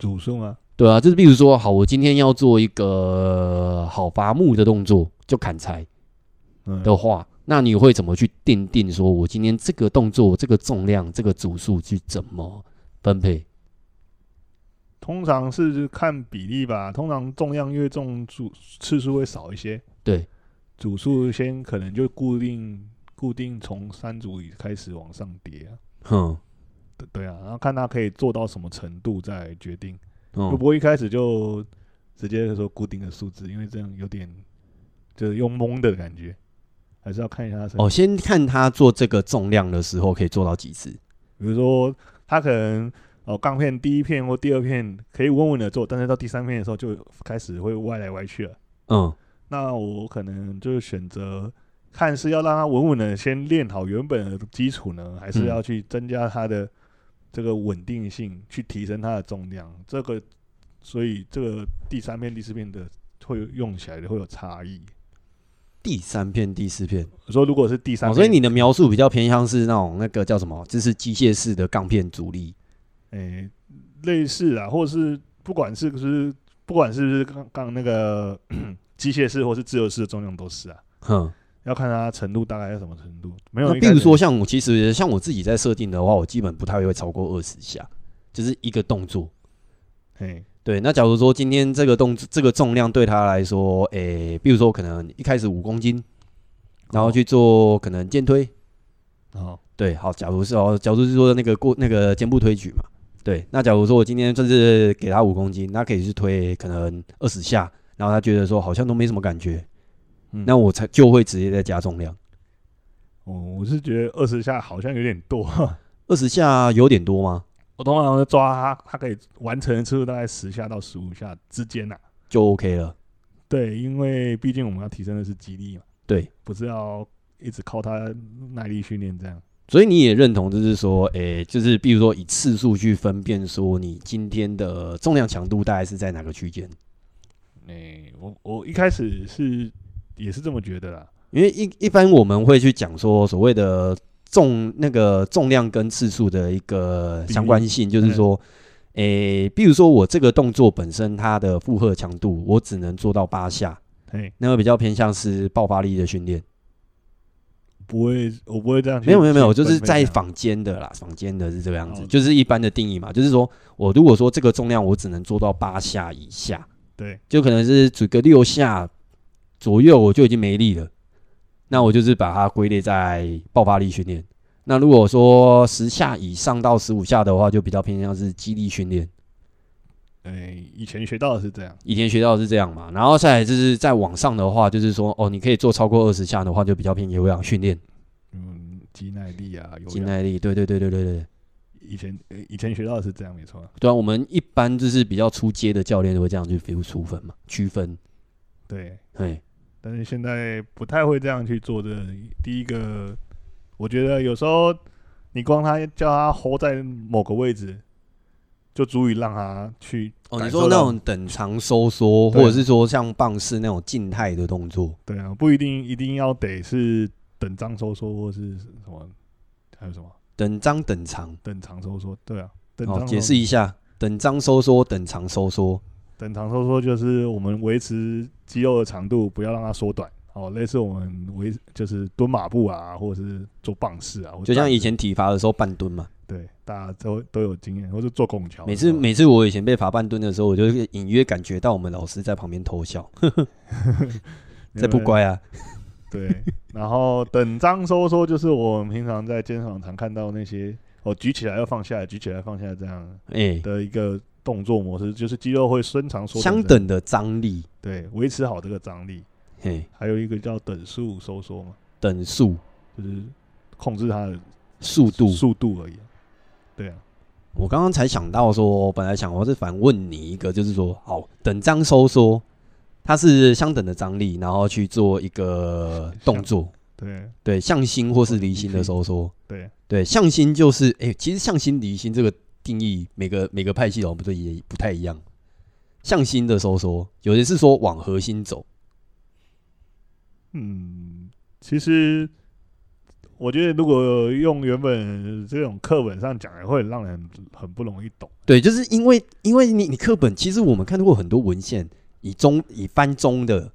[SPEAKER 2] 主数吗？
[SPEAKER 1] 对啊，就是比如说，好，我今天要做一个好伐木的动作，就砍柴
[SPEAKER 2] 嗯，
[SPEAKER 1] 的话，那你会怎么去定定？说我今天这个动作、这个重量、这个组数去怎么分配？
[SPEAKER 2] 通常是看比例吧，通常重量越重，组次数会少一些。
[SPEAKER 1] 对，
[SPEAKER 2] 组数先可能就固定固定从三组以开始往上叠啊。
[SPEAKER 1] 哼，
[SPEAKER 2] 对对啊，然后看他可以做到什么程度再决定。会
[SPEAKER 1] 嗯，
[SPEAKER 2] 不会一开始就直接说固定的数字？因为这样有点就是用蒙的感觉，还是要看一下他身体
[SPEAKER 1] 哦，先看他做这个重量的时候可以做到几次。
[SPEAKER 2] 比如说他可能哦钢片第一片或第二片可以稳稳的做，但是到第三片的时候就开始会歪来歪去了。
[SPEAKER 1] 嗯，
[SPEAKER 2] 那我可能就选择看是要让他稳稳的先练好原本的基础呢，还是要去增加他的这个稳定性，去提升他的重量？这个，所以这个第三片、第四片的会用起来的会有差异。
[SPEAKER 1] 第三片、第四片，
[SPEAKER 2] 我说如果是第三
[SPEAKER 1] 哦，
[SPEAKER 2] 片，
[SPEAKER 1] 所以你的描述比较偏向是那种那个叫什么，就是机械式的杠片阻力。
[SPEAKER 2] 诶、类似啊，或是呃不管是不是不管是不是刚刚那个 机械式或是自由式的重量都是啊，
[SPEAKER 1] 哼，要
[SPEAKER 2] 要看它程度大概是什么程度。没有
[SPEAKER 1] 那
[SPEAKER 2] 一
[SPEAKER 1] 比
[SPEAKER 2] 开始，
[SPEAKER 1] 如说像我，其实像我自己在设定的话，我基本不太会超过二十下，就是一个动作。
[SPEAKER 2] 嘿，
[SPEAKER 1] 对，那假如说今天这个动这个重量对他来说，诶、比如说可能一开始五公斤，然后去做可能肩推，
[SPEAKER 2] 哦，
[SPEAKER 1] 对，好，假如是哦，假如是说那个过那个肩部推举嘛，对，那假如说我今天就是给他五公斤，那可以去推可能二十下，然后他觉得说好像都没什么感觉，
[SPEAKER 2] 嗯
[SPEAKER 1] 那我才就会直接再加重量，
[SPEAKER 2] 哦，我是觉得二十下好像有点多。
[SPEAKER 1] 二十下有点多吗？
[SPEAKER 2] 我通常都抓它，它可以完成的次数大概十下到十五下之间呐、
[SPEAKER 1] 就 OK 了，
[SPEAKER 2] 对，因为毕竟我们要提升的是肌力嘛，
[SPEAKER 1] 对，
[SPEAKER 2] 不是要一直靠它耐力训练这样。
[SPEAKER 1] 所以你也认同就是说，诶、就是比如说以次数去分辨说你今天的重量强度大概是在哪个区间。
[SPEAKER 2] 诶、我我一开始是也是这么觉得啦。
[SPEAKER 1] 因为一一般我们会去讲说所谓的重那个重量跟次数的一个相关性，就是说，诶、比如说我这个动作本身它的负荷强度，我只能做到八下，
[SPEAKER 2] 嘿，
[SPEAKER 1] 那么比较偏向是爆发力的训练。
[SPEAKER 2] 不会，我不会这样去。
[SPEAKER 1] 没有没有没有，
[SPEAKER 2] 去
[SPEAKER 1] 就是
[SPEAKER 2] 分配
[SPEAKER 1] 在
[SPEAKER 2] 它
[SPEAKER 1] 坊间的啦，坊间的是这个样子，
[SPEAKER 2] 哦
[SPEAKER 1] 就是一般的定义嘛，就是说我如果说这个重量我只能做到八下以下，
[SPEAKER 2] 对，
[SPEAKER 1] 就可能是举个六下左右，我就已经没力了。那我就是把它归类在爆发力训练。那如果说十下以上到十五下的话，就比较偏向是肌力训练。
[SPEAKER 2] 诶、哎以前学到的是这样。
[SPEAKER 1] 以前学到的是这样嘛，然后再来就是在往上的话，就是说哦，你可以做超过二十下的话，就比较偏有氧训练、
[SPEAKER 2] 嗯，肌耐力啊，有
[SPEAKER 1] 肌
[SPEAKER 2] 氧。
[SPEAKER 1] 耐力。对对对对对对，
[SPEAKER 2] 以前呃以前学到的是这样，没错啊。
[SPEAKER 1] 对啊，我们一般就是比较出街的教练都会这样去区分嘛，区分。
[SPEAKER 2] 对，
[SPEAKER 1] 嘿，
[SPEAKER 2] 但是现在不太会这样去做的。第一个，我觉得有时候你光他叫他 hold 在某个位置，就足以让他去
[SPEAKER 1] 哦，你
[SPEAKER 2] 感
[SPEAKER 1] 说
[SPEAKER 2] 受
[SPEAKER 1] 那
[SPEAKER 2] 到
[SPEAKER 1] 种等长收缩，
[SPEAKER 2] 对啊
[SPEAKER 1] 或者是说像棒式那种静态的动作，
[SPEAKER 2] 对啊，不一定一定要得是等张收缩或是什么，还有什么
[SPEAKER 1] 等张等长，
[SPEAKER 2] 等长收缩，对啊，等
[SPEAKER 1] 哦，
[SPEAKER 2] 长
[SPEAKER 1] 解
[SPEAKER 2] 收
[SPEAKER 1] 释一下，等张收缩，等长收缩，
[SPEAKER 2] 等长收缩就是我们维持肌肉的长度，不要让它缩短。哦，类似我们维就是蹲马步啊，或者是做棒式啊，或者
[SPEAKER 1] 就像
[SPEAKER 2] 站
[SPEAKER 1] 以
[SPEAKER 2] 着
[SPEAKER 1] 前体罚的时候半蹲嘛。
[SPEAKER 2] 对大家都都有经验，或者做拱桥的
[SPEAKER 1] 每
[SPEAKER 2] 时
[SPEAKER 1] 次
[SPEAKER 2] 候，
[SPEAKER 1] 每次我以前被罚半蹲的时候，我就隐约感觉到我们老师在旁边偷笑，
[SPEAKER 2] 你
[SPEAKER 1] 在不
[SPEAKER 2] 们
[SPEAKER 1] 乖啊。
[SPEAKER 2] 对，然后等张收缩就是我们平常在健身房常看到那些哦，举起来要放下来，举起来放下来这样
[SPEAKER 1] 哎，
[SPEAKER 2] 的一个动作模式，就是肌肉会伸长缩
[SPEAKER 1] 相
[SPEAKER 2] 这样，
[SPEAKER 1] 等的张力，
[SPEAKER 2] 对，维持好这个张力。
[SPEAKER 1] 嘿，
[SPEAKER 2] 还有一个叫等速收缩嘛，
[SPEAKER 1] 等速、
[SPEAKER 2] 就是控制它的
[SPEAKER 1] 速度。
[SPEAKER 2] 速度而已。对啊，
[SPEAKER 1] 我刚刚才想到说，本来想我是反问你一个，就是说，好，等张收缩，它是相等的张力，然后去做一个动作，
[SPEAKER 2] 对
[SPEAKER 1] 对，向心或是离心的收缩。
[SPEAKER 2] 对
[SPEAKER 1] 对，向心就是，哎、其实向心离心这个定义，每个每个派系统不对也不太一样。向心的收缩，有的是说往核心走，
[SPEAKER 2] 嗯，其实我觉得如果用原本这种课本上讲，会让人很不容易懂。
[SPEAKER 1] 对，就是因为因为你你课本，其实我们看过很多文献，以中以翻中的，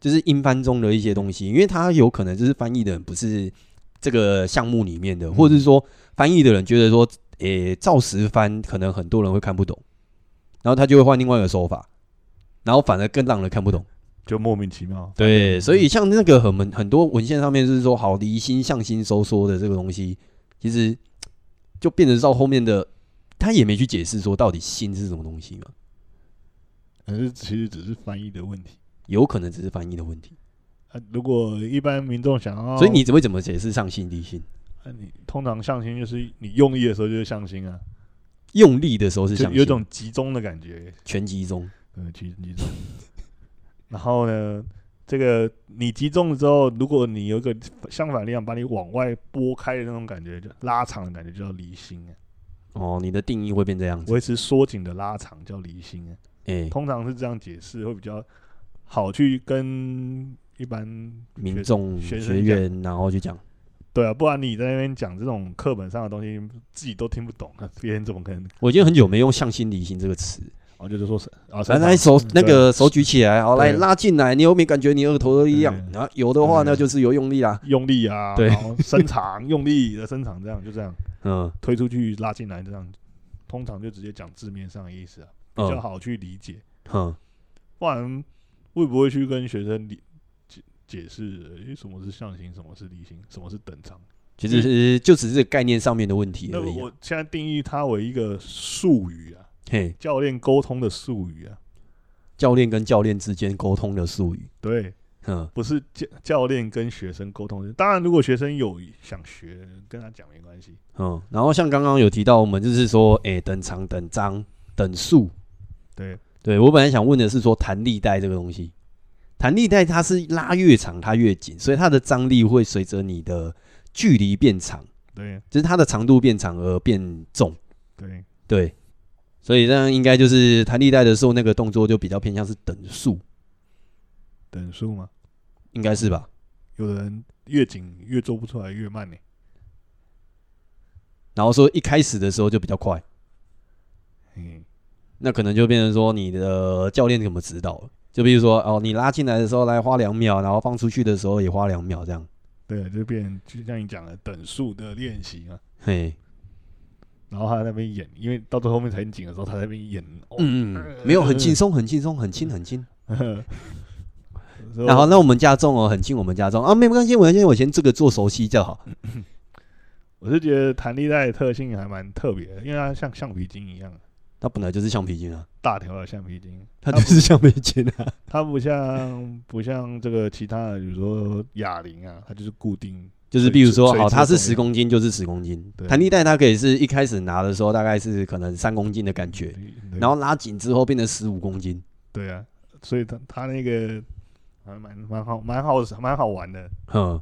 [SPEAKER 1] 就是英翻中的一些东西，因为它有可能就是翻译的人不是这个项目里面的，或者是说翻译的人觉得说，诶、照实翻，可能很多人会看不懂，然后他就会换另外一个手法，然后反而更让人看不懂。
[SPEAKER 2] 就莫名其妙，
[SPEAKER 1] 对，所
[SPEAKER 2] 嗯
[SPEAKER 1] 以像那个很很很多文献上面就是说，好离心向心收缩的这个东西，其实就变成到后面的，他也没去解释说到底心是什么东西嘛，
[SPEAKER 2] 可是其实只是翻译的问题。
[SPEAKER 1] 有可能只是翻译的问题。
[SPEAKER 2] 啊，如果一般民众想要，
[SPEAKER 1] 所以你会怎么解释上心离心？
[SPEAKER 2] 啊你通常向心就是你用力的时候就是向心啊，
[SPEAKER 1] 用力的时候是
[SPEAKER 2] 就
[SPEAKER 1] 向心，
[SPEAKER 2] 有种集中的感觉，
[SPEAKER 1] 全集中，
[SPEAKER 2] 呃，集集中。 然后呢，这个你集中了之后，如果你有一个相反力量把你往外拨开的那种感觉，就拉长的感觉就叫离心啊，
[SPEAKER 1] 哦，你的定义会变这样子。
[SPEAKER 2] 维持缩紧的拉长叫离心啊，
[SPEAKER 1] 哎、
[SPEAKER 2] 通常是这样解释会比较好去跟一般
[SPEAKER 1] 民
[SPEAKER 2] 学
[SPEAKER 1] 众
[SPEAKER 2] 学生
[SPEAKER 1] 学员，然后去讲，
[SPEAKER 2] 对啊，不然你在那边讲这种课本上的东西，自己都听不懂，
[SPEAKER 1] 嗯
[SPEAKER 2] 啊别人怎么可能？
[SPEAKER 1] 我已经很久没用向心离心这个词。
[SPEAKER 2] 然后就是说是啊，
[SPEAKER 1] 来
[SPEAKER 2] 三
[SPEAKER 1] 来手那个手举起来，好来
[SPEAKER 2] 对
[SPEAKER 1] 拉进来，你有没有感觉你额头的力量？
[SPEAKER 2] 对
[SPEAKER 1] 然后有的话呢，
[SPEAKER 2] 对
[SPEAKER 1] 就是有用力啦。
[SPEAKER 2] 用力啊，
[SPEAKER 1] 对
[SPEAKER 2] 然后伸长用力的伸长，这样就这样
[SPEAKER 1] 嗯，
[SPEAKER 2] 推出去拉进来，这样通常就直接讲字面上的意思啊，比较
[SPEAKER 1] 嗯
[SPEAKER 2] 好去理解，
[SPEAKER 1] 哼，
[SPEAKER 2] 不然会不会去跟学生理解解释诶什么是象形，什么是离形，什么是等长？
[SPEAKER 1] 其实是就只是概念上面的问题
[SPEAKER 2] 那
[SPEAKER 1] 而已啊、
[SPEAKER 2] 我现在定义它为一个术语啊，
[SPEAKER 1] 嘿，
[SPEAKER 2] 教练沟通的术语啊，
[SPEAKER 1] 教练跟教练之间沟通的术语，
[SPEAKER 2] 对，
[SPEAKER 1] 嗯，
[SPEAKER 2] 不是教教练跟学生沟通的。当然，如果学生有想学，跟他讲没关系。
[SPEAKER 1] 嗯，然后像刚刚有提到，我们就是说，哎、等长、等张、等速。
[SPEAKER 2] 对，
[SPEAKER 1] 对我本来想问的是说弹力带这个东西，弹力带它是拉越长它越紧，所以它的张力会随着你的距离变长，
[SPEAKER 2] 对，
[SPEAKER 1] 就是它的长度变长而变重。
[SPEAKER 2] 对，
[SPEAKER 1] 对，所以这样应该就是弹力带的时候那个动作就比较偏向是等速，
[SPEAKER 2] 等速嘛，
[SPEAKER 1] 应该是吧？
[SPEAKER 2] 有的人越紧越做不出来，越慢呢、
[SPEAKER 1] 然后说一开始的时候就比较快，
[SPEAKER 2] 嗯，
[SPEAKER 1] 那可能就变成说你的教练怎么指导了。就比如说哦，你拉进来的时候来花两秒，然后放出去的时候也花两秒，这样。
[SPEAKER 2] 对，就变成就像你讲的等速的练习嘛。
[SPEAKER 1] 嘿，
[SPEAKER 2] 然后他在那边演，因为到最后面才很紧的时候，他在那边演。哦、
[SPEAKER 1] 嗯嗯，没有很轻松，很轻松，很轻，很轻。
[SPEAKER 2] 所以
[SPEAKER 1] 然后那我们加重哦，很轻，我们加重啊，没关系，我先我先这个做熟悉就好。
[SPEAKER 2] 嗯我是觉得弹力带的特性还蛮特别的，因为它像橡皮筋一样，
[SPEAKER 1] 它本来就是橡皮筋啊，
[SPEAKER 2] 大条的橡皮筋。
[SPEAKER 1] 它就是橡皮筋啊。
[SPEAKER 2] 它不像不像这个其他的，比如说哑铃啊，它就是固定，
[SPEAKER 1] 就是比如说，
[SPEAKER 2] 垂直
[SPEAKER 1] 好，它是
[SPEAKER 2] 重量
[SPEAKER 1] 十公斤就是十公斤
[SPEAKER 2] 对，
[SPEAKER 1] 弹力带它可以是一开始拿的时候大概是可能三公斤的感觉，
[SPEAKER 2] 对
[SPEAKER 1] 然后拉紧之后变成十五公斤。
[SPEAKER 2] 对啊，所以它它那个还蛮蛮好蛮好蛮好玩的。
[SPEAKER 1] 哼，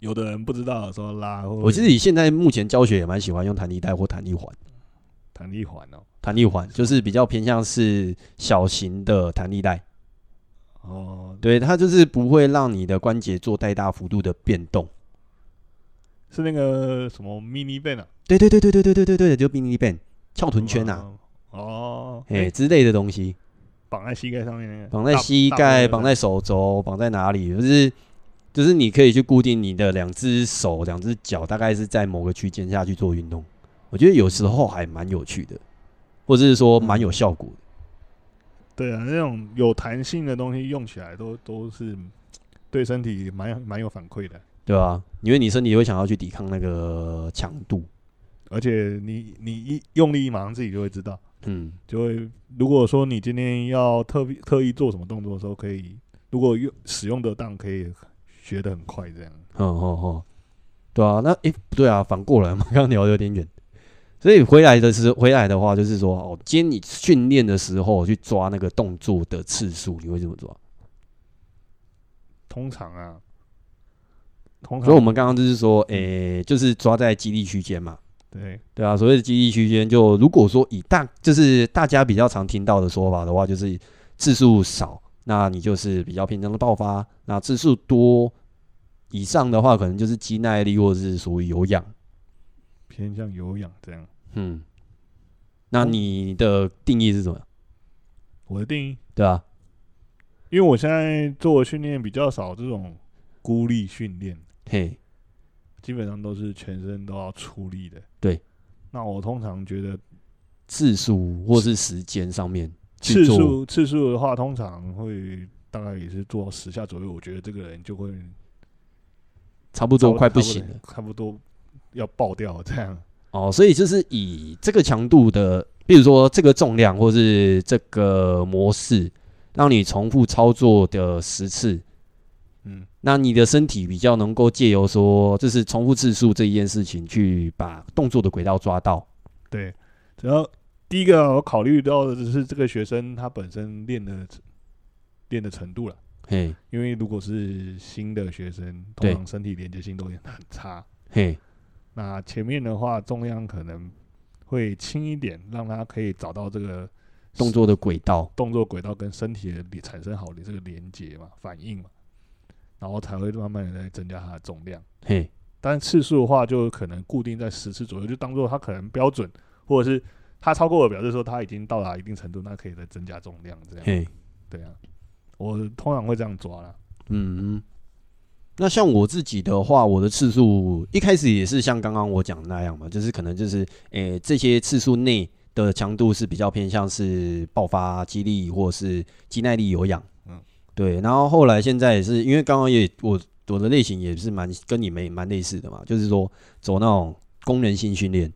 [SPEAKER 2] 有的人不知道的时候拉，
[SPEAKER 1] 我
[SPEAKER 2] 我
[SPEAKER 1] 其实以现在目前教学也蛮喜欢用弹力带或弹力环，
[SPEAKER 2] 弹力环哦，
[SPEAKER 1] 弹力环就是比较偏向是小型的弹力带，
[SPEAKER 2] 哦，
[SPEAKER 1] 对，它就是不会让你的关节做太大幅度的变动，
[SPEAKER 2] 是那个什么 mini band 啊，
[SPEAKER 1] 对对对对对对对对对，就 mini band 翘臀圈呐、啊，
[SPEAKER 2] 嗯，哦，
[SPEAKER 1] 哎、
[SPEAKER 2] 哎，
[SPEAKER 1] 之类的东西，
[SPEAKER 2] 绑在膝盖上面那个，
[SPEAKER 1] 绑在
[SPEAKER 2] 大
[SPEAKER 1] 膝
[SPEAKER 2] 大
[SPEAKER 1] 盖，
[SPEAKER 2] 部分
[SPEAKER 1] 绑在手肘，绑在哪里？就是就是你可以去固定你的两只手、两只脚，大概是在某个区间下去做运动。我觉得有时候还蛮有趣的，或者是说蛮有效果的。
[SPEAKER 2] 对啊，那种有弹性的东西用起来都都是对身体蛮有蛮有反馈的，
[SPEAKER 1] 对吧、因为你身体会想要去抵抗那个强度，
[SPEAKER 2] 而且你你一用力，马上自己就会知道，
[SPEAKER 1] 嗯，
[SPEAKER 2] 就会如果说你今天要特别特意做什么动作的时候，可以如果用使用得当，可以学得很快这样。
[SPEAKER 1] 哦哦哦，对啊，那诶、不对啊，反过来，我们刚刚聊的有点远，所以回来的时回来的话，就是说哦，今天你训练的时候去抓那个动作的次数，你会怎么抓？
[SPEAKER 2] 通常啊，通常
[SPEAKER 1] 所以我们刚刚就是说，诶、就是抓在激励区间嘛，
[SPEAKER 2] 对
[SPEAKER 1] 对啊，所谓的激励区间，就如果说以大就是大家比较常听到的说法的话，就是次数少，那你就是比较偏向的爆发；那次数多以上的话，可能就是肌耐力或者是属于有氧。
[SPEAKER 2] 偏向有氧这样。
[SPEAKER 1] 嗯，那你的定义是什么？
[SPEAKER 2] 我的定义，
[SPEAKER 1] 对啊，
[SPEAKER 2] 因为我现在做的训练比较少这种孤立训练，
[SPEAKER 1] 嘿，
[SPEAKER 2] 基本上都是全身都要出力的。
[SPEAKER 1] 对，
[SPEAKER 2] 那我通常觉得
[SPEAKER 1] 次数或是时间上面去
[SPEAKER 2] 次
[SPEAKER 1] 做
[SPEAKER 2] 数次数的话，通常会大概也是做到十下左右，我觉得这个人就会
[SPEAKER 1] 差不
[SPEAKER 2] 差
[SPEAKER 1] 多快不行了
[SPEAKER 2] 了，差不多要爆掉了这 样。
[SPEAKER 1] 哦，所以就是以这个强度的，比如说这个重量或是这个模式，让你重复操作的十次，
[SPEAKER 2] 嗯，
[SPEAKER 1] 那你的身体比较能够借由说就是重复次数这一件事情去把动作的轨道抓到。
[SPEAKER 2] 对。然后第一个我考虑到的是这个学生他本身练的练的程度了。
[SPEAKER 1] 嘿，
[SPEAKER 2] 因为如果是新的学生，通
[SPEAKER 1] 对
[SPEAKER 2] 常身体连接性都很很差。
[SPEAKER 1] 嘿，
[SPEAKER 2] 那前面的话，重量可能会轻一点，让他可以找到这个
[SPEAKER 1] 动作的轨道。
[SPEAKER 2] 动作轨道跟身体的连产生好的这个连接嘛、反应嘛，然后才会慢慢的来增加它的重量。
[SPEAKER 1] 嘿，
[SPEAKER 2] 但次数的话，就可能固定在十次左右，就当做它可能标准，或者是它超过了表示说它已经到达一定程度，那可以再增加重量这样。
[SPEAKER 1] 嘿，
[SPEAKER 2] 对啊，我通常会这样抓啦。
[SPEAKER 1] 嗯，那像我自己的话，我的次数一开始也是像刚刚我讲的那样嘛，就是可能就是诶、这些次数内的强度是比较偏向是爆发、肌力或是肌耐力、有氧。嗯
[SPEAKER 2] 嗯，
[SPEAKER 1] 对。然后后来现在也是因为刚刚也我我的类型也是蛮跟你们也蛮类似的嘛，就是说走那种功能性训练。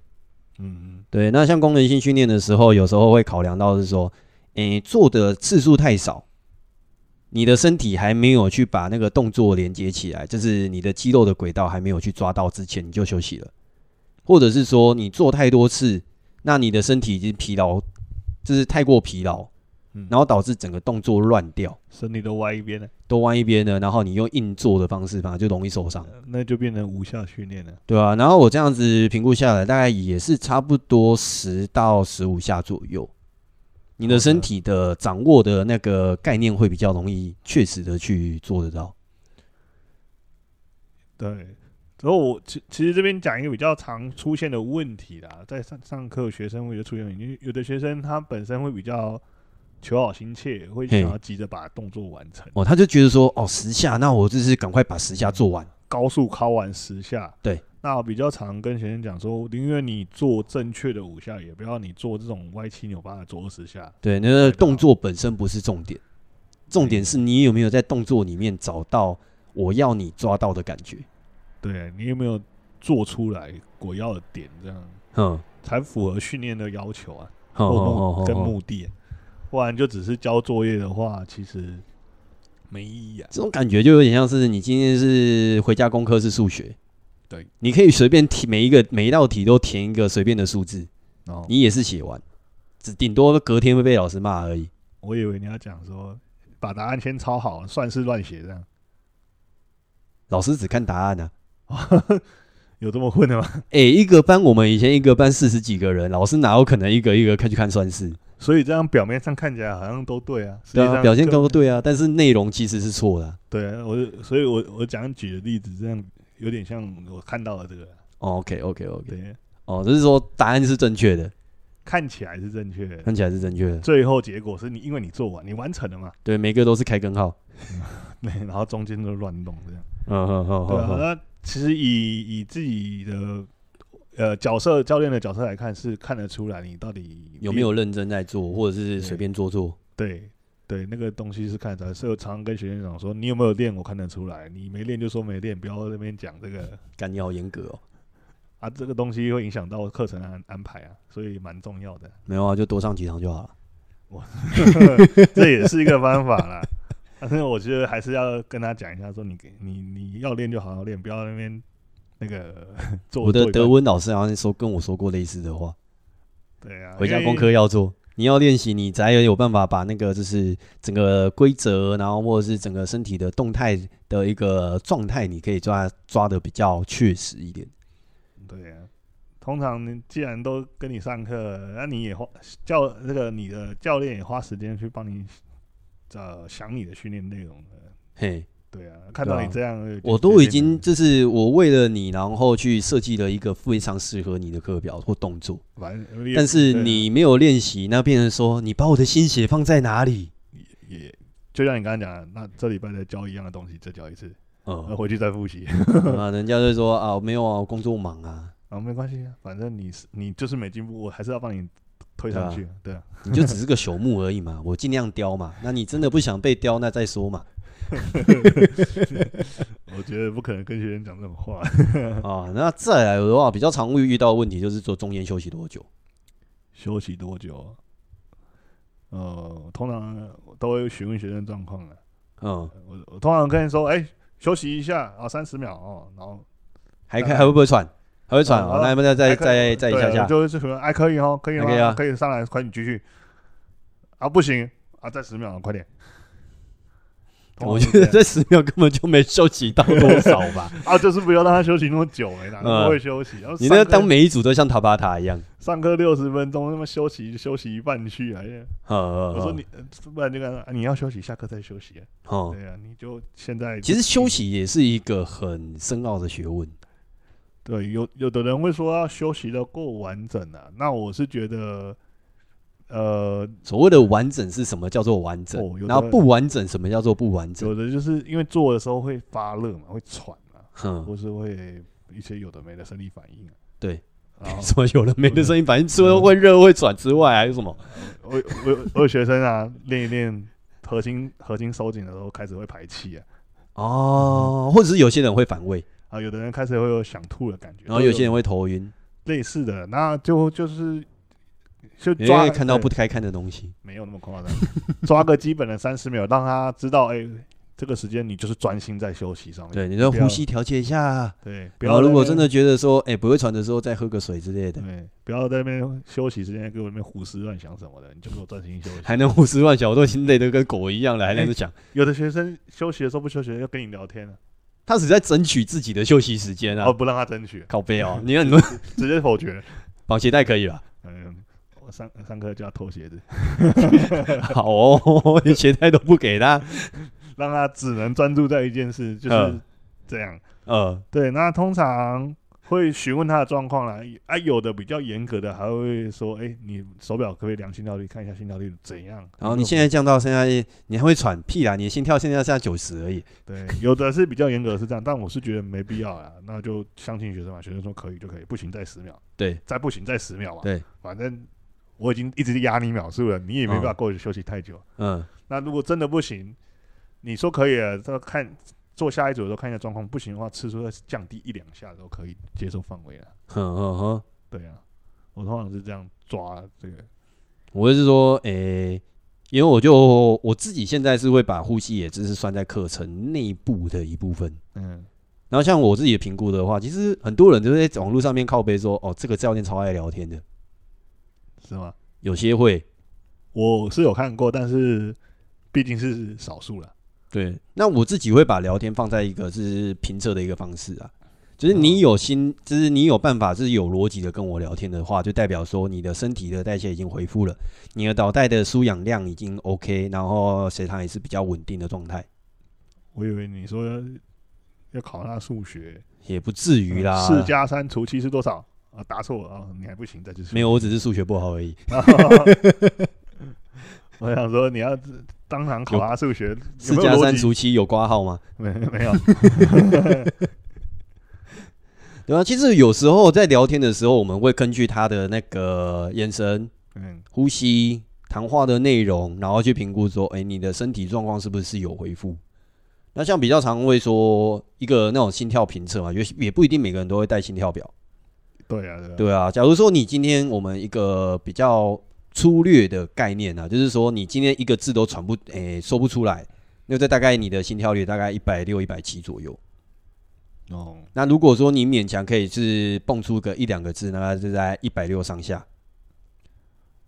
[SPEAKER 2] 嗯嗯，
[SPEAKER 1] 对，那像功能性训练的时候，有时候会考量到是说，诶、做的次数太少，你的身体还没有去把那个动作连接起来，就是你的肌肉的轨道还没有去抓到之前，你就休息了，或者是说你做太多次，那你的身体已经疲劳，就是太过疲劳，
[SPEAKER 2] 嗯
[SPEAKER 1] 然后导致整个动作乱掉，
[SPEAKER 2] 身体都歪一边了。
[SPEAKER 1] 都弯一边了，然后你用硬做的方式，反而就容易受伤。
[SPEAKER 2] 那就变成无效训练了。
[SPEAKER 1] 对啊，然后我这样子评估下来，大概也是差不多十到十五下左右。你的身体的掌握的那个概念会比较容易，确实的去做得到。
[SPEAKER 2] 对，然后我其其实这边讲一个比较常出现的问题啦，在上上课学生会就出现问题，因为有的学生他本身会比较求好心切，会
[SPEAKER 1] 嘿
[SPEAKER 2] 想要急着把动作完成，
[SPEAKER 1] 哦，他就觉得说，哦，十下，那我就是赶快把十下做完。
[SPEAKER 2] 高速敲完十下。
[SPEAKER 1] 对，
[SPEAKER 2] 那我比较常跟学生讲说，宁愿你做正确的五下，也不要你做这种歪七扭八的做二十下。
[SPEAKER 1] 对，那个动作本身不是重点，重点是你有没有在动作里面找到我要你抓到的感觉。
[SPEAKER 2] 对你有没有做出来我要的点，这样
[SPEAKER 1] 嗯，
[SPEAKER 2] 才符合训练的要求啊。
[SPEAKER 1] 好好
[SPEAKER 2] 或
[SPEAKER 1] 好
[SPEAKER 2] 目跟
[SPEAKER 1] 好，
[SPEAKER 2] 目的，不然就只是交作业的话，其实没意义啊。
[SPEAKER 1] 这种感觉就有点像是你今天是回家功课是数学，
[SPEAKER 2] 对，
[SPEAKER 1] 你可以随便填每一个每一道题都填一个随便的数字，
[SPEAKER 2] 然后
[SPEAKER 1] 你也是写完，只顶多隔天会被老师骂而已。
[SPEAKER 2] 我以为你要讲说，把答案先抄好，算是乱写这样，
[SPEAKER 1] 老师只看答案啊。
[SPEAKER 2] 有这么混的吗？
[SPEAKER 1] 诶，一个班我们以前一个班四十几个人，老师哪有可能一个一个看去看算式？
[SPEAKER 2] 所以这样表面上看起来好像都对啊，实际
[SPEAKER 1] 对
[SPEAKER 2] 上
[SPEAKER 1] 啊，表现
[SPEAKER 2] 就
[SPEAKER 1] 都对啊，但是内容其实是错的啊、
[SPEAKER 2] 对啊。我就所以我我讲举的例子这样有点像我看到的这个，
[SPEAKER 1] 哦，OK OK OK，
[SPEAKER 2] 对，
[SPEAKER 1] 哦，就是说答案是正确的，
[SPEAKER 2] 看起来是正确的，
[SPEAKER 1] 看起来是正确的，
[SPEAKER 2] 最后结果是你因为你做完，你完成了嘛，
[SPEAKER 1] 对，每个都是开根号，
[SPEAKER 2] 对，然后中间都乱弄这样，
[SPEAKER 1] 嗯哼哼
[SPEAKER 2] 对啊，
[SPEAKER 1] 哼，
[SPEAKER 2] 那其实以以自己的呃角色教练的角色来看，是看得出来你到底
[SPEAKER 1] 有没有认真在做，或者是随便做做，
[SPEAKER 2] 对对，那个东西是看得出来。所以我常常跟学生讲说，你有没有练，我看得出来；你没练就说没练，不要在那边讲这个
[SPEAKER 1] 干你好严格哦，
[SPEAKER 2] 啊，这个东西会影响到课程安安排啊，所以蛮重要的。
[SPEAKER 1] 没有啊，就多上几堂就好了，
[SPEAKER 2] 这也是一个方法啦。但是我觉得还是要跟他讲一下，说你给你你要练就好好练，不要在那边那个 做
[SPEAKER 1] 我
[SPEAKER 2] 做
[SPEAKER 1] 的
[SPEAKER 2] 一
[SPEAKER 1] 德
[SPEAKER 2] 半
[SPEAKER 1] 文老师好像说跟我说过类似的话，
[SPEAKER 2] 对啊，
[SPEAKER 1] 回家
[SPEAKER 2] 因为
[SPEAKER 1] 功课要做，你要练习，你才有办法把那个就是整个规则，然后或者是整个身体的动态的一个状态，你可以抓抓的比较确实一点。
[SPEAKER 2] 对啊，通常你既然都跟你上课，那你也花教这个你的教练也花时间去帮你呃想你的训练内容了。
[SPEAKER 1] 嘿，
[SPEAKER 2] 对啊，看到
[SPEAKER 1] 对啊
[SPEAKER 2] 你这样，就
[SPEAKER 1] 我都已经就是我为了你，然后去设计了一个非常适合你的课表或动作，
[SPEAKER 2] 反正也，
[SPEAKER 1] 但是
[SPEAKER 2] 对啊
[SPEAKER 1] 你没有练习，那变成说你把我的心血放在哪里？
[SPEAKER 2] 也就像你刚刚讲的，那这礼拜再教一样的东西，再教一次，然后
[SPEAKER 1] 嗯，
[SPEAKER 2] 回去再复习
[SPEAKER 1] 啊，人家就说啊，没有啊，我工作忙啊，
[SPEAKER 2] 啊，没关系啊，反正你是你就是没进步，我还是要帮你推上去啊，对啊，
[SPEAKER 1] 你就只是个朽木而已嘛，我尽量雕嘛。那你真的不想被雕，那再说 嘛。
[SPEAKER 2] 我觉得不可能跟学生讲这种话，
[SPEAKER 1] 啊，那再来的话，比较常会遇到的问题就是说中间休息多久？
[SPEAKER 2] 休息多久啊？呃，通常我都会询问学生状况了。
[SPEAKER 1] 嗯，
[SPEAKER 2] 我我通常跟人说，哎、休息一下啊，三十秒哦，然后
[SPEAKER 1] 还可还会不会喘？还会喘
[SPEAKER 2] 嗯
[SPEAKER 1] 哦，那要不要再
[SPEAKER 2] 呃还可
[SPEAKER 1] 再再
[SPEAKER 2] 对
[SPEAKER 1] 下下？
[SPEAKER 2] 就是可能哎可以哦，可以
[SPEAKER 1] 还可以啊
[SPEAKER 2] 吗？可以上来，快点继续啊，不行啊，再十秒，快点。
[SPEAKER 1] 我觉得这十秒根本就没休息到多少 吧。
[SPEAKER 2] 啊，就是不要让他休息那么久，哎，哪
[SPEAKER 1] 嗯
[SPEAKER 2] 不会休息？然后
[SPEAKER 1] 你那
[SPEAKER 2] 上
[SPEAKER 1] 个
[SPEAKER 2] 课
[SPEAKER 1] 当每一组都像塔巴塔一样。
[SPEAKER 2] 上课六十分钟，那么休息休息一半去啊？哎
[SPEAKER 1] 嗯嗯，
[SPEAKER 2] 我说你，呃不然就跟他说啊你要休息，下课再休息啊。
[SPEAKER 1] 哦，嗯
[SPEAKER 2] 对啊，你就现在
[SPEAKER 1] 其实休息也是一个很深奥的学问。
[SPEAKER 2] 对，有有的人会说要休息的够完整啊，那我是觉得，呃，
[SPEAKER 1] 所谓的完整是什么叫做完整
[SPEAKER 2] 哦有？的
[SPEAKER 1] 然后不完整什么叫做不完整？
[SPEAKER 2] 有的就是因为做的时候会发热嘛，会喘啊，
[SPEAKER 1] 哼，
[SPEAKER 2] 或是会一些有的没的生理反 应啊。
[SPEAKER 1] 嗯对，
[SPEAKER 2] 然后
[SPEAKER 1] 什么有人没的声音，反正除了会热会喘之外，还有什么？
[SPEAKER 2] 我我有我有学生啊，练一练核心核心收紧的时候开始会排气啊，
[SPEAKER 1] 哦，或者是有些人会反胃，
[SPEAKER 2] 啊，有的人开始会有想吐的感觉，
[SPEAKER 1] 然后有些人
[SPEAKER 2] 都
[SPEAKER 1] 会头晕，
[SPEAKER 2] 类似的，那就就是就
[SPEAKER 1] 因为
[SPEAKER 2] 抓
[SPEAKER 1] 看到
[SPEAKER 2] 对
[SPEAKER 1] 不该看的东西。
[SPEAKER 2] 没有那么夸张， 抓个基本的三十秒，让他知道，哎、这个时间你就是专心在休息上面。
[SPEAKER 1] 对，你说
[SPEAKER 2] 不要
[SPEAKER 1] 呼吸调节一下，
[SPEAKER 2] 对，不
[SPEAKER 1] 然
[SPEAKER 2] 要
[SPEAKER 1] 后如果
[SPEAKER 2] 在
[SPEAKER 1] 真
[SPEAKER 2] 那
[SPEAKER 1] 的觉得说，哎、不会喘的时候，再喝个水之类的，
[SPEAKER 2] 边对，不要在那边休息时间给我那边胡思乱想什么的，你就给我专心休息。
[SPEAKER 1] 还能胡思乱想，我都已经累得跟狗一样了，还在那想，
[SPEAKER 2] 有的学生休息的时候不休息，要跟你聊天啊，
[SPEAKER 1] 他只在争取自己的休息时间啊
[SPEAKER 2] 哦，，不让他争取，
[SPEAKER 1] 靠背 哦，你看你们
[SPEAKER 2] 直接否决。
[SPEAKER 1] 绑鞋带可 以吧？
[SPEAKER 2] 嗯，我上上课叫他脱鞋子，
[SPEAKER 1] 好哦，连鞋带都不给他，
[SPEAKER 2] 让他只能专注在一件事，就是
[SPEAKER 1] 嗯
[SPEAKER 2] 这样。
[SPEAKER 1] 呃，
[SPEAKER 2] 对，那通常会询问他的状况啦。啊，有的比较严格的还会说，哎、你手表可不可以量心跳率，看一下心跳率怎样？
[SPEAKER 1] 然哦后你现在降到现在，你还会喘屁啦，你的心跳现在下九十而已，
[SPEAKER 2] 对，有的是比较严格的是这样，但我是觉得没必要啦。那就相信学生嘛，学生说可以就可以，不行再十秒，
[SPEAKER 1] 对，
[SPEAKER 2] 再不行再十秒嘛。
[SPEAKER 1] 对，
[SPEAKER 2] 反正我已经一直压你秒数了，你也没办法
[SPEAKER 1] 嗯
[SPEAKER 2] 过去休息太久。
[SPEAKER 1] 嗯，
[SPEAKER 2] 那如果真的不行，你说可以了，这看做下一组的时候看一下状况，不行的话次数再降低一两下都可以接受范围了。
[SPEAKER 1] 哼哼哼，
[SPEAKER 2] 对啊，我通常是这样抓这个，
[SPEAKER 1] 我就是说，哎、因为我就我自己现在是会把呼吸也只是算在课程内部的一部分。
[SPEAKER 2] 嗯，
[SPEAKER 1] 然后像我自己的评估的话，其实很多人都在网络上面靠背说，哦，这个教练超爱聊天的，
[SPEAKER 2] 是吗？
[SPEAKER 1] 有些会
[SPEAKER 2] 我是有看过，但是毕竟是少数了。
[SPEAKER 1] 对。那我自己会把聊天放在一个是评测的一个方式啊，就是你有心，就是你有办法是有逻辑的跟我聊天的话，就代表说你的身体的代谢已经恢复了，你的脑袋的输氧量已经 OK，然后血糖也是比较稳定的状态。
[SPEAKER 2] 我以为你说要要考他数学，
[SPEAKER 1] 也不至于啦。
[SPEAKER 2] 四加三除七是多少？啊，答错了啊，你还不行，再就是
[SPEAKER 1] 没有，我只是数学不好而已。
[SPEAKER 2] 我想说，你要当场考他数学， 有
[SPEAKER 1] 四
[SPEAKER 2] 没有
[SPEAKER 1] 加
[SPEAKER 2] 逻
[SPEAKER 1] 三
[SPEAKER 2] 辑
[SPEAKER 1] 除七有挂号吗？
[SPEAKER 2] 没 没有，
[SPEAKER 1] 对啊，其实有时候在聊天的时候，我们会根据他的那个眼神、
[SPEAKER 2] 嗯，
[SPEAKER 1] 呼吸、谈话的内容，然后去评估说，哎、你的身体状况是不是有恢复？那像比较常会说一个那种心跳评测嘛，也也不一定每个人都会带心跳表。
[SPEAKER 2] 对啊，对啊，
[SPEAKER 1] 对啊，假如说你今天我们一个比较粗略的概念啊，就是说你今天一个字都喘不诶、说不出来，那这大概你的心跳率大概一百六、一百七左右。
[SPEAKER 2] 哦，
[SPEAKER 1] 那如果说你勉强可以是蹦出个一两个字，大概是在一百六上下。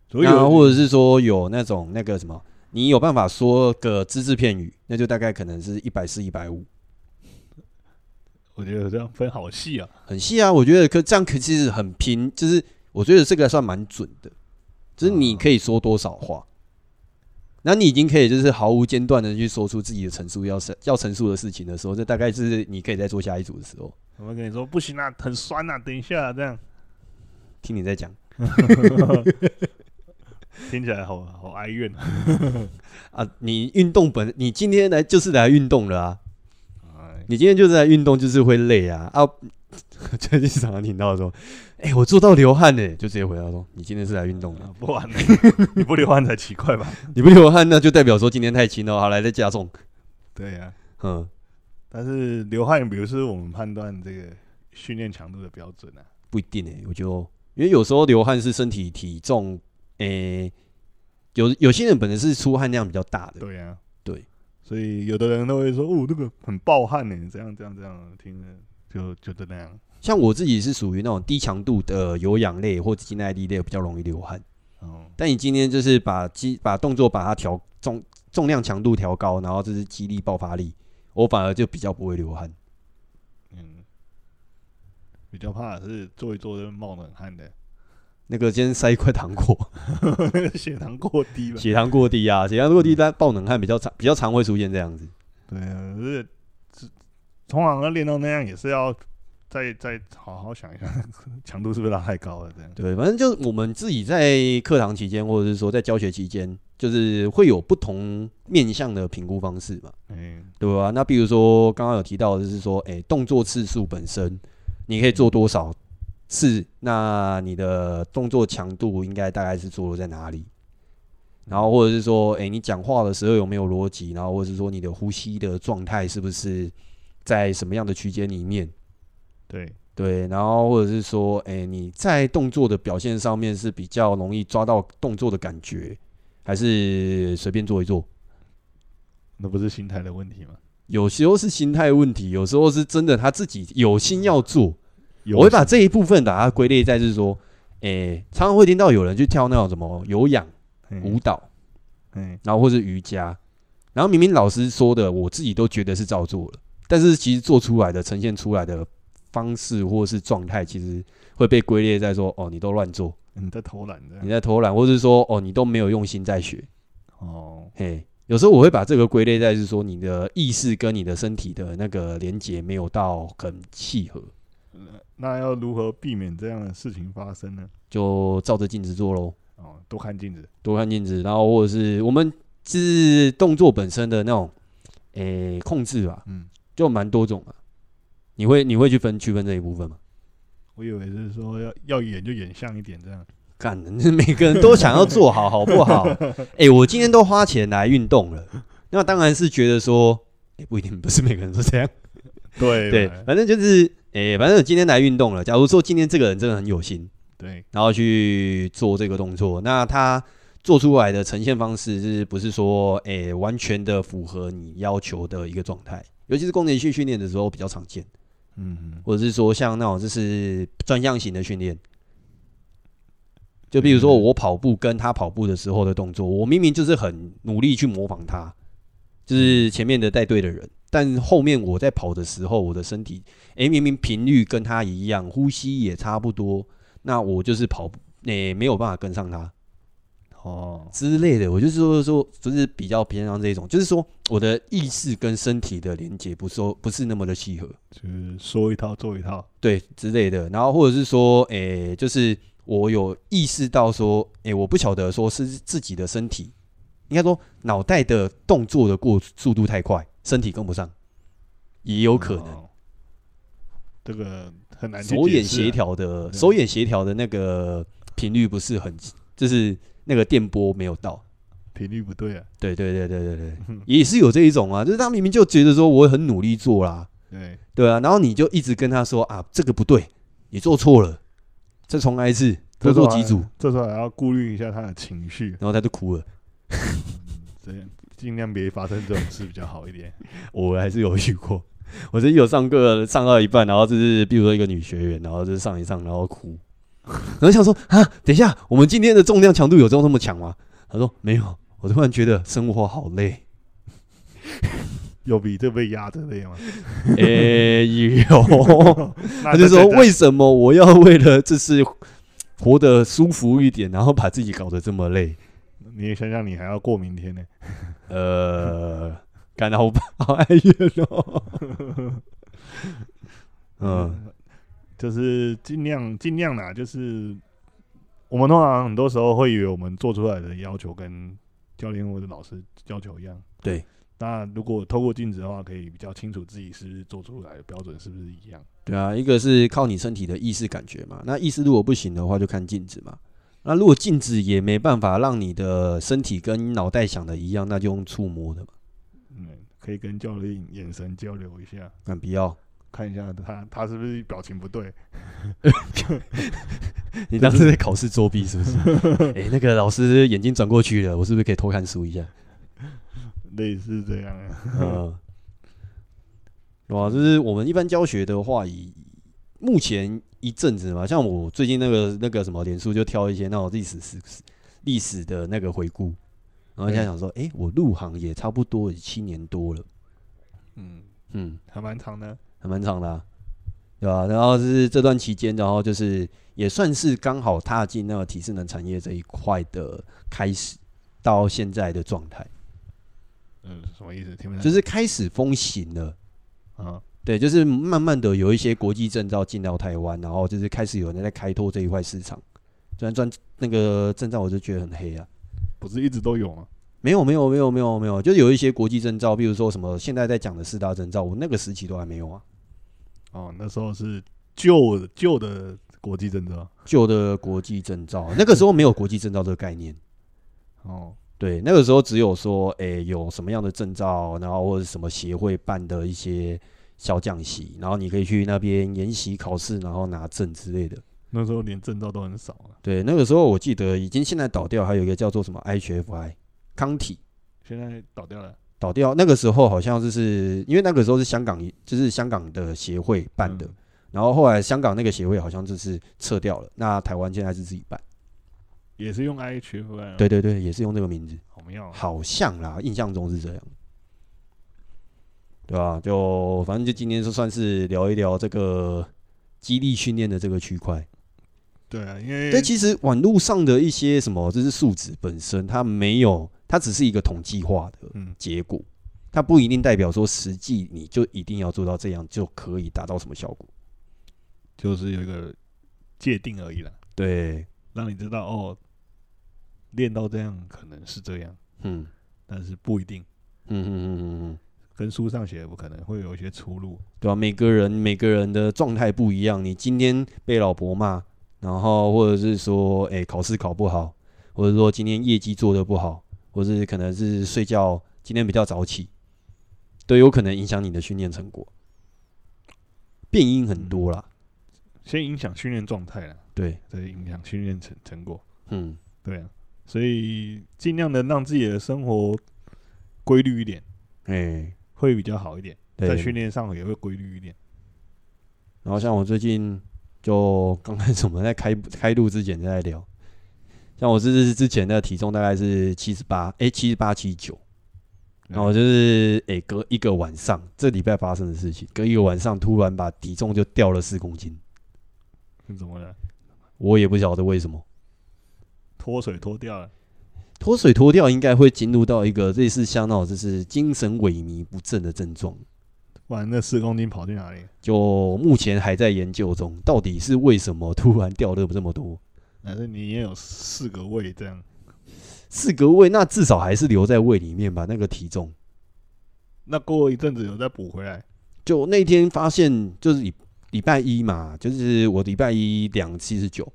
[SPEAKER 2] 所以
[SPEAKER 1] 那
[SPEAKER 2] 有
[SPEAKER 1] 或者是说有那种那个什么，你有办法说个只字片语，那就大概可能是一百四、一百五，
[SPEAKER 2] 我觉得这样分好细啊，
[SPEAKER 1] 很细啊。我觉得可这样可其实很拼，就是我觉得这个算蛮准的，就是你可以说多少话，那你已经可以就是毫无间断的去说出自己的陈述要是要陈述的事情的时候，这大概是你可以再做下一组的时候，
[SPEAKER 2] 我们跟你说不行啊，很酸啊，等一下啊、这样
[SPEAKER 1] 听你在讲
[SPEAKER 2] 听起来好好哀怨啊，
[SPEAKER 1] 啊，你运动本你今天来就是来运动了啊。
[SPEAKER 2] 哎
[SPEAKER 1] 你今天就是在运动，就是会累啊 啊！最近常常听到说，哎、我做到流汗呢、就直接回答说，你今天是来运动 的，
[SPEAKER 2] 啊不完了，你不流汗才奇怪吧？
[SPEAKER 1] 你不流汗那就代表说今天太轻了，好来再加重，
[SPEAKER 2] 对呀、啊，
[SPEAKER 1] 嗯，
[SPEAKER 2] 但是流汗，比如是我们判断这个训练强度的标准啊，
[SPEAKER 1] 不一定哎、我觉得哦，因为有时候流汗是身体体重，哎、有有些人本来是出汗量比较大的，
[SPEAKER 2] 对呀、啊，
[SPEAKER 1] 对，
[SPEAKER 2] 所以有的人都会说，哦，那个很暴汗呢，这样这样这样，听着就就这样
[SPEAKER 1] 像我自己是属于那种低强度的有氧类或者肌耐力类比较容易流汗。
[SPEAKER 2] 哦，
[SPEAKER 1] 但你今天就是把肌把动作把它调重重量强度调高，然后这是肌力爆发力，我反而就比较不会流汗。
[SPEAKER 2] 嗯，比较怕的是做一做就冒冷汗的，
[SPEAKER 1] 那个今天塞一块糖果，
[SPEAKER 2] 血糖过低了。
[SPEAKER 1] 血糖过低啊，血糖过低，但爆冷汗比较常比较常会出现这样子。
[SPEAKER 2] 对啊，可是只通常要练到那样，也是要再再好好想一下， 强度是不是拉太高了？这样
[SPEAKER 1] 对，反正就我们自己在课堂期间，或者是说在教学期间，就是会有不同面向的评估方式嘛。
[SPEAKER 2] 嗯，
[SPEAKER 1] 对吧、那比如说刚刚有提到，的就是说，哎、动作次数本身，你可以做多少次？那你的动作强度应该大概是坐落在哪里？然后或者是说，哎、你讲话的时候有没有逻辑？然后或者是说你的呼吸的状态是不是在什么样的区间里面？
[SPEAKER 2] 对，
[SPEAKER 1] 对，然后或者是说，哎、你在动作的表现上面是比较容易抓到动作的感觉，还是随便做一做？
[SPEAKER 2] 那不是心态的问题吗？
[SPEAKER 1] 有时候是心态问题，有时候是真的他自己有心要做。
[SPEAKER 2] 嗯有
[SPEAKER 1] 我会把这一部分把它归类在是说，诶、常常会听到有人去跳那种什么有氧舞
[SPEAKER 2] 嗯
[SPEAKER 1] 蹈，
[SPEAKER 2] 嗯
[SPEAKER 1] 然后或是瑜伽，然后明明老师说的，我自己都觉得是照做了，但是其实做出来的呈现出来的方式或是状态，其实会被归类在说，哦，你都乱做，
[SPEAKER 2] 你在偷懒这
[SPEAKER 1] 你
[SPEAKER 2] 样
[SPEAKER 1] 在偷懒，或是说，哦，你都没有用心在学。
[SPEAKER 2] 哦，
[SPEAKER 1] 嘿，有时候我会把这个归类在是说你的意识跟你的身体的那个连接没有到很契合，
[SPEAKER 2] 那要如何避免这样的事情发生呢？
[SPEAKER 1] 就照着镜子做咯，
[SPEAKER 2] 哦，多看镜子，
[SPEAKER 1] 多看镜子，然后或者是我们是动作本身的那种诶、控制吧，
[SPEAKER 2] 嗯，
[SPEAKER 1] 就蛮多种啊。你会你会去分区分这一部分吗？
[SPEAKER 2] 我以为是说要要演就演像一点这样，
[SPEAKER 1] 干，每个人都想要做好，好不 好？诶、我今天都花钱来运动了，那当然是觉得说，诶、不一定不是每个人都这样。
[SPEAKER 2] 对
[SPEAKER 1] 对
[SPEAKER 2] 吧，
[SPEAKER 1] 反正就是，诶、反正我今天来运动了。假如说今天这个人真的很有心，
[SPEAKER 2] 对，
[SPEAKER 1] 然后去做这个动作，那他做出来的呈现方式是不是说，诶、完全的符合你要求的一个状态？尤其是功能性训练的时候比较常见，
[SPEAKER 2] 嗯，
[SPEAKER 1] 或者是说像那种就是专项型的训练。就比如说我跑步跟他跑步的时候的动作，我明明就是很努力去模仿他，就是前面的带队的人，但后面我在跑的时候，我的身体，诶、明明频率跟他一样，呼吸也差不多，那我就是跑，诶、没有办法跟上他。
[SPEAKER 2] 哦，
[SPEAKER 1] 之类的。我就是说说，就是比较偏向这一种，就是说我的意识跟身体的连接不是不是那么的契合，
[SPEAKER 2] 就是说一套做一套，
[SPEAKER 1] 对之类的。然后或者是说，诶、就是我有意识到说，诶、我不晓得说是自己的身体，应该说脑袋的动作的过速度太快，身体跟不上，也有可能。
[SPEAKER 2] 哦这个很难去
[SPEAKER 1] 手眼
[SPEAKER 2] 解释啊
[SPEAKER 1] 协，调的
[SPEAKER 2] 对
[SPEAKER 1] 手眼协调的那个频率不是很，就是那个电波没有到。
[SPEAKER 2] 频率不对啊，
[SPEAKER 1] 对对对对对对
[SPEAKER 2] 嗯，
[SPEAKER 1] 也是有这一种啊，就是他明明就觉得说我很努力做啦，
[SPEAKER 2] 对，
[SPEAKER 1] 对啊，然后你就一直跟他说啊，这个不对，你做错了，再重来一次，多
[SPEAKER 2] 这时候
[SPEAKER 1] 做几
[SPEAKER 2] 还
[SPEAKER 1] 组，，
[SPEAKER 2] 这时候还要顾虑一下他的情绪，
[SPEAKER 1] 然后他就哭了。
[SPEAKER 2] 这样尽量别发生这种事比较好一点。
[SPEAKER 1] 我还是有遇过， 我真有上课上到一半，然后就是比如说一个女学员，然后就是上一上，然后哭，然后想说啊，等一下，我们今天的重量强度有这么这么强吗？她说没有，我突然觉得生活好累，
[SPEAKER 2] 有比这被压着累吗？
[SPEAKER 1] 诶、有，
[SPEAKER 2] 那
[SPEAKER 1] 她哎就
[SPEAKER 2] 这
[SPEAKER 1] 说
[SPEAKER 2] 这
[SPEAKER 1] 为什么我要为了就是活得舒服一点，然后把自己搞得这么累？
[SPEAKER 2] 你也想想，你还要过明天呢。
[SPEAKER 1] 呃，感到好 好哀怨 哦，嗯。，
[SPEAKER 2] 就是尽量尽量啦，就是我们通常很多时候会以为我们做出来的要求跟教练或者老师要求一样。
[SPEAKER 1] 对，
[SPEAKER 2] 那如果透过镜子的话，可以比较清楚自己是不是做出来的标准是不是一样。
[SPEAKER 1] 对啊，一个是靠你身体的意识感觉嘛，那意识如果不行的话，就看镜子嘛。那如果镜子也没办法让你的身体跟脑袋想的一样，那就用触摸的嘛。
[SPEAKER 2] 嗯，可以跟教练眼神交流一下，
[SPEAKER 1] 看不要，
[SPEAKER 2] 看一下他他是不是表情不对。
[SPEAKER 1] 你当时在考试作弊是不是？ 哎、那个老师眼睛转过去了，我是不是可以偷看书一下？
[SPEAKER 2] 类似这样啊，
[SPEAKER 1] 嗯，哇，就是我们一般教学的话，以目前一阵子嘛，像我最近那个那个什么脸书就挑一些那种历史史历史的那个回顾，然后现在想说，诶，我入行也差不多七年多了，
[SPEAKER 2] 嗯，
[SPEAKER 1] 嗯，
[SPEAKER 2] 还蛮长的。
[SPEAKER 1] 还蛮长的啊、对吧、然后是这段期间，然后就是也算是刚好踏进那个体适能产业这一块的开始，到现在的状态，
[SPEAKER 2] 嗯，什么意思？听不懂。
[SPEAKER 1] 就是开始风行了。
[SPEAKER 2] 啊，
[SPEAKER 1] 对，就是慢慢的有一些国际证照进到台湾，然后就是开始有人在开拓这一块市场。虽然赚那个证照，我就觉得很黑啊。
[SPEAKER 2] 不是一直都有吗？
[SPEAKER 1] 没有，没有，没有，没有，没有，就是有一些国际证照，比如说什么现在在讲的四大证照，我那个时期都还没有啊。
[SPEAKER 2] 哦，那时候是旧旧的国际政治啊吗
[SPEAKER 1] 旧的国际证照，那个时候没有国际证照这个概念。
[SPEAKER 2] 哦，
[SPEAKER 1] 对，那个时候只有说，诶、有什么样的证照，然后或者是什么协会办的一些小讲习，然后你可以去那边研习考试，然后拿证之类的。
[SPEAKER 2] 那时候连证照都很少啊。
[SPEAKER 1] 对，那个时候我记得已经现在倒掉，还有一个叫做什么 IHFI 康体
[SPEAKER 2] 现在倒掉了，
[SPEAKER 1] 倒掉。那个时候好像就是因为那个时候是香港，就是香港的协会办的，
[SPEAKER 2] 嗯
[SPEAKER 1] 然后后来香港那个协会好像就是撤掉了。那台湾现在是自己办，
[SPEAKER 2] 也是用 IHF，
[SPEAKER 1] 对，对对，也是用这个名字，
[SPEAKER 2] 好妙啊。
[SPEAKER 1] 好像啦，印象中是这样。对吧、就反正就今天就算是聊一聊这个激励训练的这个区块。
[SPEAKER 2] 对啊，因为
[SPEAKER 1] 但其实网络上的一些什么，就是数值本身，它没有，它只是一个统计化的
[SPEAKER 2] 嗯
[SPEAKER 1] 结果，它不一定代表说实际你就一定要做到这样就可以达到什么效果。
[SPEAKER 2] 就是有一个界定而已啦，
[SPEAKER 1] 对，
[SPEAKER 2] 让你知道哦，练到这样可能是这样，
[SPEAKER 1] 嗯
[SPEAKER 2] 但是不一定，
[SPEAKER 1] 嗯嗯嗯嗯嗯，
[SPEAKER 2] 跟书上写的不可能会有一些出入。
[SPEAKER 1] 对吧、每个人每个人的状态不一样，你今天被老婆骂，然后或者是说，哎、考试考不好，或者说今天业绩做的不好，或是可能是睡觉今天比较早起，都有可能影响你的训练成果。变因很多啦，
[SPEAKER 2] 先影响训练状态啦，
[SPEAKER 1] 对，
[SPEAKER 2] 再影响训练成成果。
[SPEAKER 1] 嗯，
[SPEAKER 2] 对啊，所以尽量的让自己的生活规律一点，
[SPEAKER 1] 哎、
[SPEAKER 2] 会比较好一点，
[SPEAKER 1] 对
[SPEAKER 2] 在训练上也会规律一点。
[SPEAKER 1] 然后像我最近就 刚开始我们在开开录之前就在聊，像我是之前的体重大概是七十八，哎，七十八七九，然后就是哎、隔一个晚上，这礼拜发生的事情，隔一个晚上突然把体重就掉了四公斤，
[SPEAKER 2] 是怎么了？
[SPEAKER 1] 我也不晓得为什么。
[SPEAKER 2] 脱水脱掉了，
[SPEAKER 1] 脱水脱掉应该会进入到一个类似像那种就是精神萎靡不振的症状。
[SPEAKER 2] 完那四公斤跑去哪里？
[SPEAKER 1] 就目前还在研究中，到底是为什么突然掉的这么多？
[SPEAKER 2] 还是你也有四个胃这样？
[SPEAKER 1] 四个胃，那至少还是留在胃里面吧。那个体重，
[SPEAKER 2] 那过一阵子有再补回来，
[SPEAKER 1] 就那天发现，就是礼礼拜一嘛，就是我礼拜一量七十九、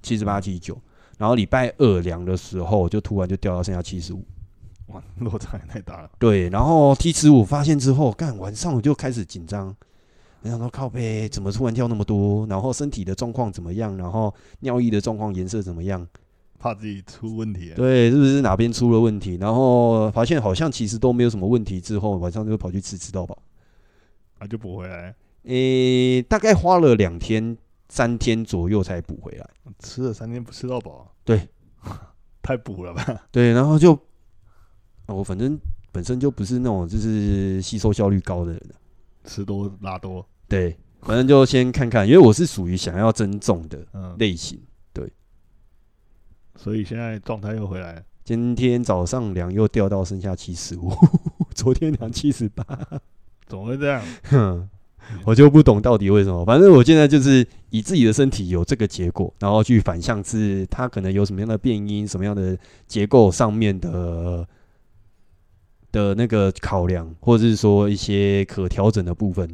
[SPEAKER 1] 七十八、七十九，然后礼拜二量的时候，就突然就掉到剩下七十五。
[SPEAKER 2] 哇，落差也太大了。
[SPEAKER 1] 对，然后 T 十五发现之后，干晚上我就开始紧张，我想说靠背怎么突然跳那么多，然后身体的状况怎么样，然后尿液的状况颜色怎么样，
[SPEAKER 2] 怕自己出问题了。
[SPEAKER 1] 对，是不是哪边出了问题？然后发现好像其实都没有什么问题，之后晚上就跑去吃吃到饱。
[SPEAKER 2] 啊，就补回来。
[SPEAKER 1] 诶、大概花了两天、三天左右才补回来。
[SPEAKER 2] 吃了三天不吃到饱啊，
[SPEAKER 1] 对
[SPEAKER 2] 太补了吧？
[SPEAKER 1] 对，然后就、啊我反正本身就不是那种就是吸收效率高的人啊，
[SPEAKER 2] 吃多拉多，
[SPEAKER 1] 对，反正就先看看，因为我是属于想要增重的
[SPEAKER 2] 嗯，
[SPEAKER 1] 类型。
[SPEAKER 2] 所以现在状态又回来了。
[SPEAKER 1] 今天早上量又掉到剩下七十五， 昨天量七十八，
[SPEAKER 2] 怎么会这样？
[SPEAKER 1] 哼， 我就不懂到底为什么。反正我现在就是以自己的身体有这个结果，然后去反向是它可能有什么样的变因、什么样的结构上面的的那个考量，或者是说一些可调整的部分。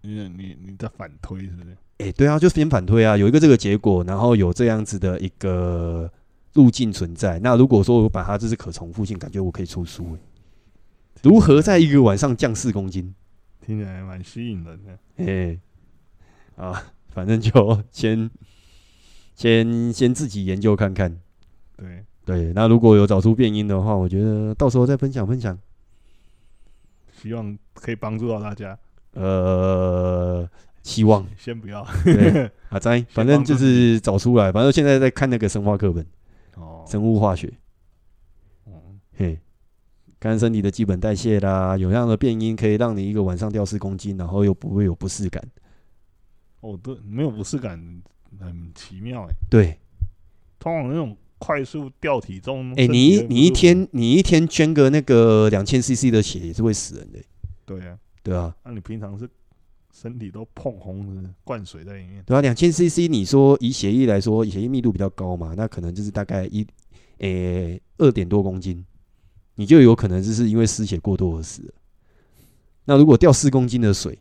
[SPEAKER 2] 你你你在反推是不是？
[SPEAKER 1] 诶，对啊，就先反推啊，有一个这个结果，然后有这样子的一个路径存在。那如果说我把它这是可重复性，感觉我可以出书诶。欸如何在一个晚上降四公斤？
[SPEAKER 2] 听起来蛮吸引人的。
[SPEAKER 1] 诶，哎啊，反正就先先先自己研究看看。
[SPEAKER 2] 对，
[SPEAKER 1] 对，那如果有找出变因的话，我觉得到时候再分享分享。
[SPEAKER 2] 希望可以帮助到大家。
[SPEAKER 1] 呃，希望
[SPEAKER 2] 先不要
[SPEAKER 1] 对啊，在反正
[SPEAKER 2] 帮
[SPEAKER 1] 就
[SPEAKER 2] 助
[SPEAKER 1] 是找出来，反正现在在看那个生化课本，
[SPEAKER 2] 哦，
[SPEAKER 1] 生物化学。
[SPEAKER 2] 嗯
[SPEAKER 1] 嘿，看身体的基本代谢啦，有这样的变因可以让你一个晚上掉四公斤，然后又不会有不适感。
[SPEAKER 2] 哦，对，没有不适感，很奇妙哎。
[SPEAKER 1] 对，
[SPEAKER 2] 通常那种快速掉体重，
[SPEAKER 1] 哎、
[SPEAKER 2] 嗯身
[SPEAKER 1] 你
[SPEAKER 2] 体
[SPEAKER 1] 一
[SPEAKER 2] 会
[SPEAKER 1] 你一
[SPEAKER 2] 不舒服
[SPEAKER 1] 天你一天捐个那个两千 CC 的血也是会死人的、
[SPEAKER 2] 对啊，
[SPEAKER 1] 对啊，
[SPEAKER 2] 那你平常是身体都碰红的，灌水在里面，
[SPEAKER 1] 对啊，两千 CC 你说以血液来说，血液密度比较高嘛，那可能就是大概一，诶、二点多公斤，你就有可能就是因为失血过多而死了。那如果掉四公斤的水，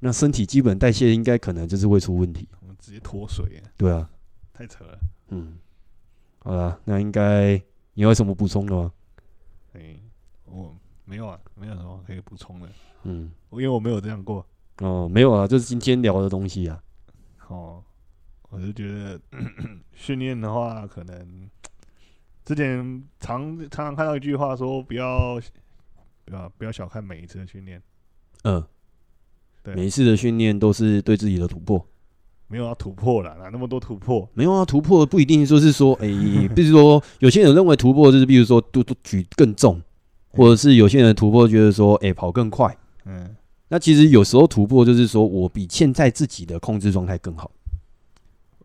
[SPEAKER 1] 那身体基本代谢应该可能就是会出问题。
[SPEAKER 2] 我们直接脱水耶，
[SPEAKER 1] 对啊，
[SPEAKER 2] 太扯了。
[SPEAKER 1] 嗯，好啦，那应该你有什么补充的吗？
[SPEAKER 2] 哎、我没有啊，没有什么可以补充的，
[SPEAKER 1] 嗯，
[SPEAKER 2] 因为我没有这样过。
[SPEAKER 1] 哦，没有啊，就是今天聊的东西啊。
[SPEAKER 2] 哦，我就觉得训练的话，可能之前常常常看到一句话说，不要不要不要小看每一次的训练，
[SPEAKER 1] 嗯，
[SPEAKER 2] 对
[SPEAKER 1] 每一次的训练都是对自己的突破。
[SPEAKER 2] 没有要突破了，哪那么多突破？
[SPEAKER 1] 没有啊，突破不一定说是 说，诶、比如说有些人认为突破就是，比如说都都举更重，或者是有些人突破觉得说，诶、跑更快。
[SPEAKER 2] 嗯，
[SPEAKER 1] 那其实有时候突破就是说我比现在自己的控制状态更好，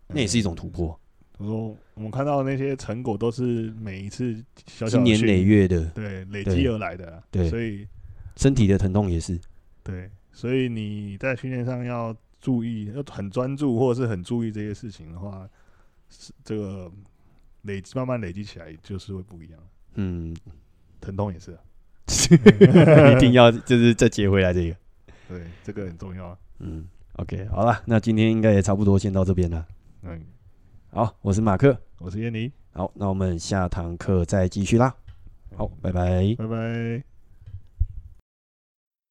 [SPEAKER 1] 那也是一种突破，
[SPEAKER 2] 嗯我说我们看到的那些成果都是每一次小小
[SPEAKER 1] 经
[SPEAKER 2] 的
[SPEAKER 1] 年
[SPEAKER 2] 训
[SPEAKER 1] 累
[SPEAKER 2] 练
[SPEAKER 1] 月的
[SPEAKER 2] 对累
[SPEAKER 1] 对
[SPEAKER 2] 积而来的啊，
[SPEAKER 1] 对
[SPEAKER 2] 所以
[SPEAKER 1] 身体的疼痛也是。
[SPEAKER 2] 对，所以你在训练上要注意，要很专注或者是很注意这些事情的话，是这个累积慢慢累积起来就是会不一样，
[SPEAKER 1] 嗯，
[SPEAKER 2] 疼痛也是啊、
[SPEAKER 1] 一定要就是再接回来这个。
[SPEAKER 2] 对，这个很重要啊。
[SPEAKER 1] 嗯，OK，好了，那今天应该也差不多，先到这边了。
[SPEAKER 2] 嗯，
[SPEAKER 1] 好，我是马克，
[SPEAKER 2] 我是燕妮，
[SPEAKER 1] 好，那我们下堂课再继续啦。好，拜拜。
[SPEAKER 2] 拜拜。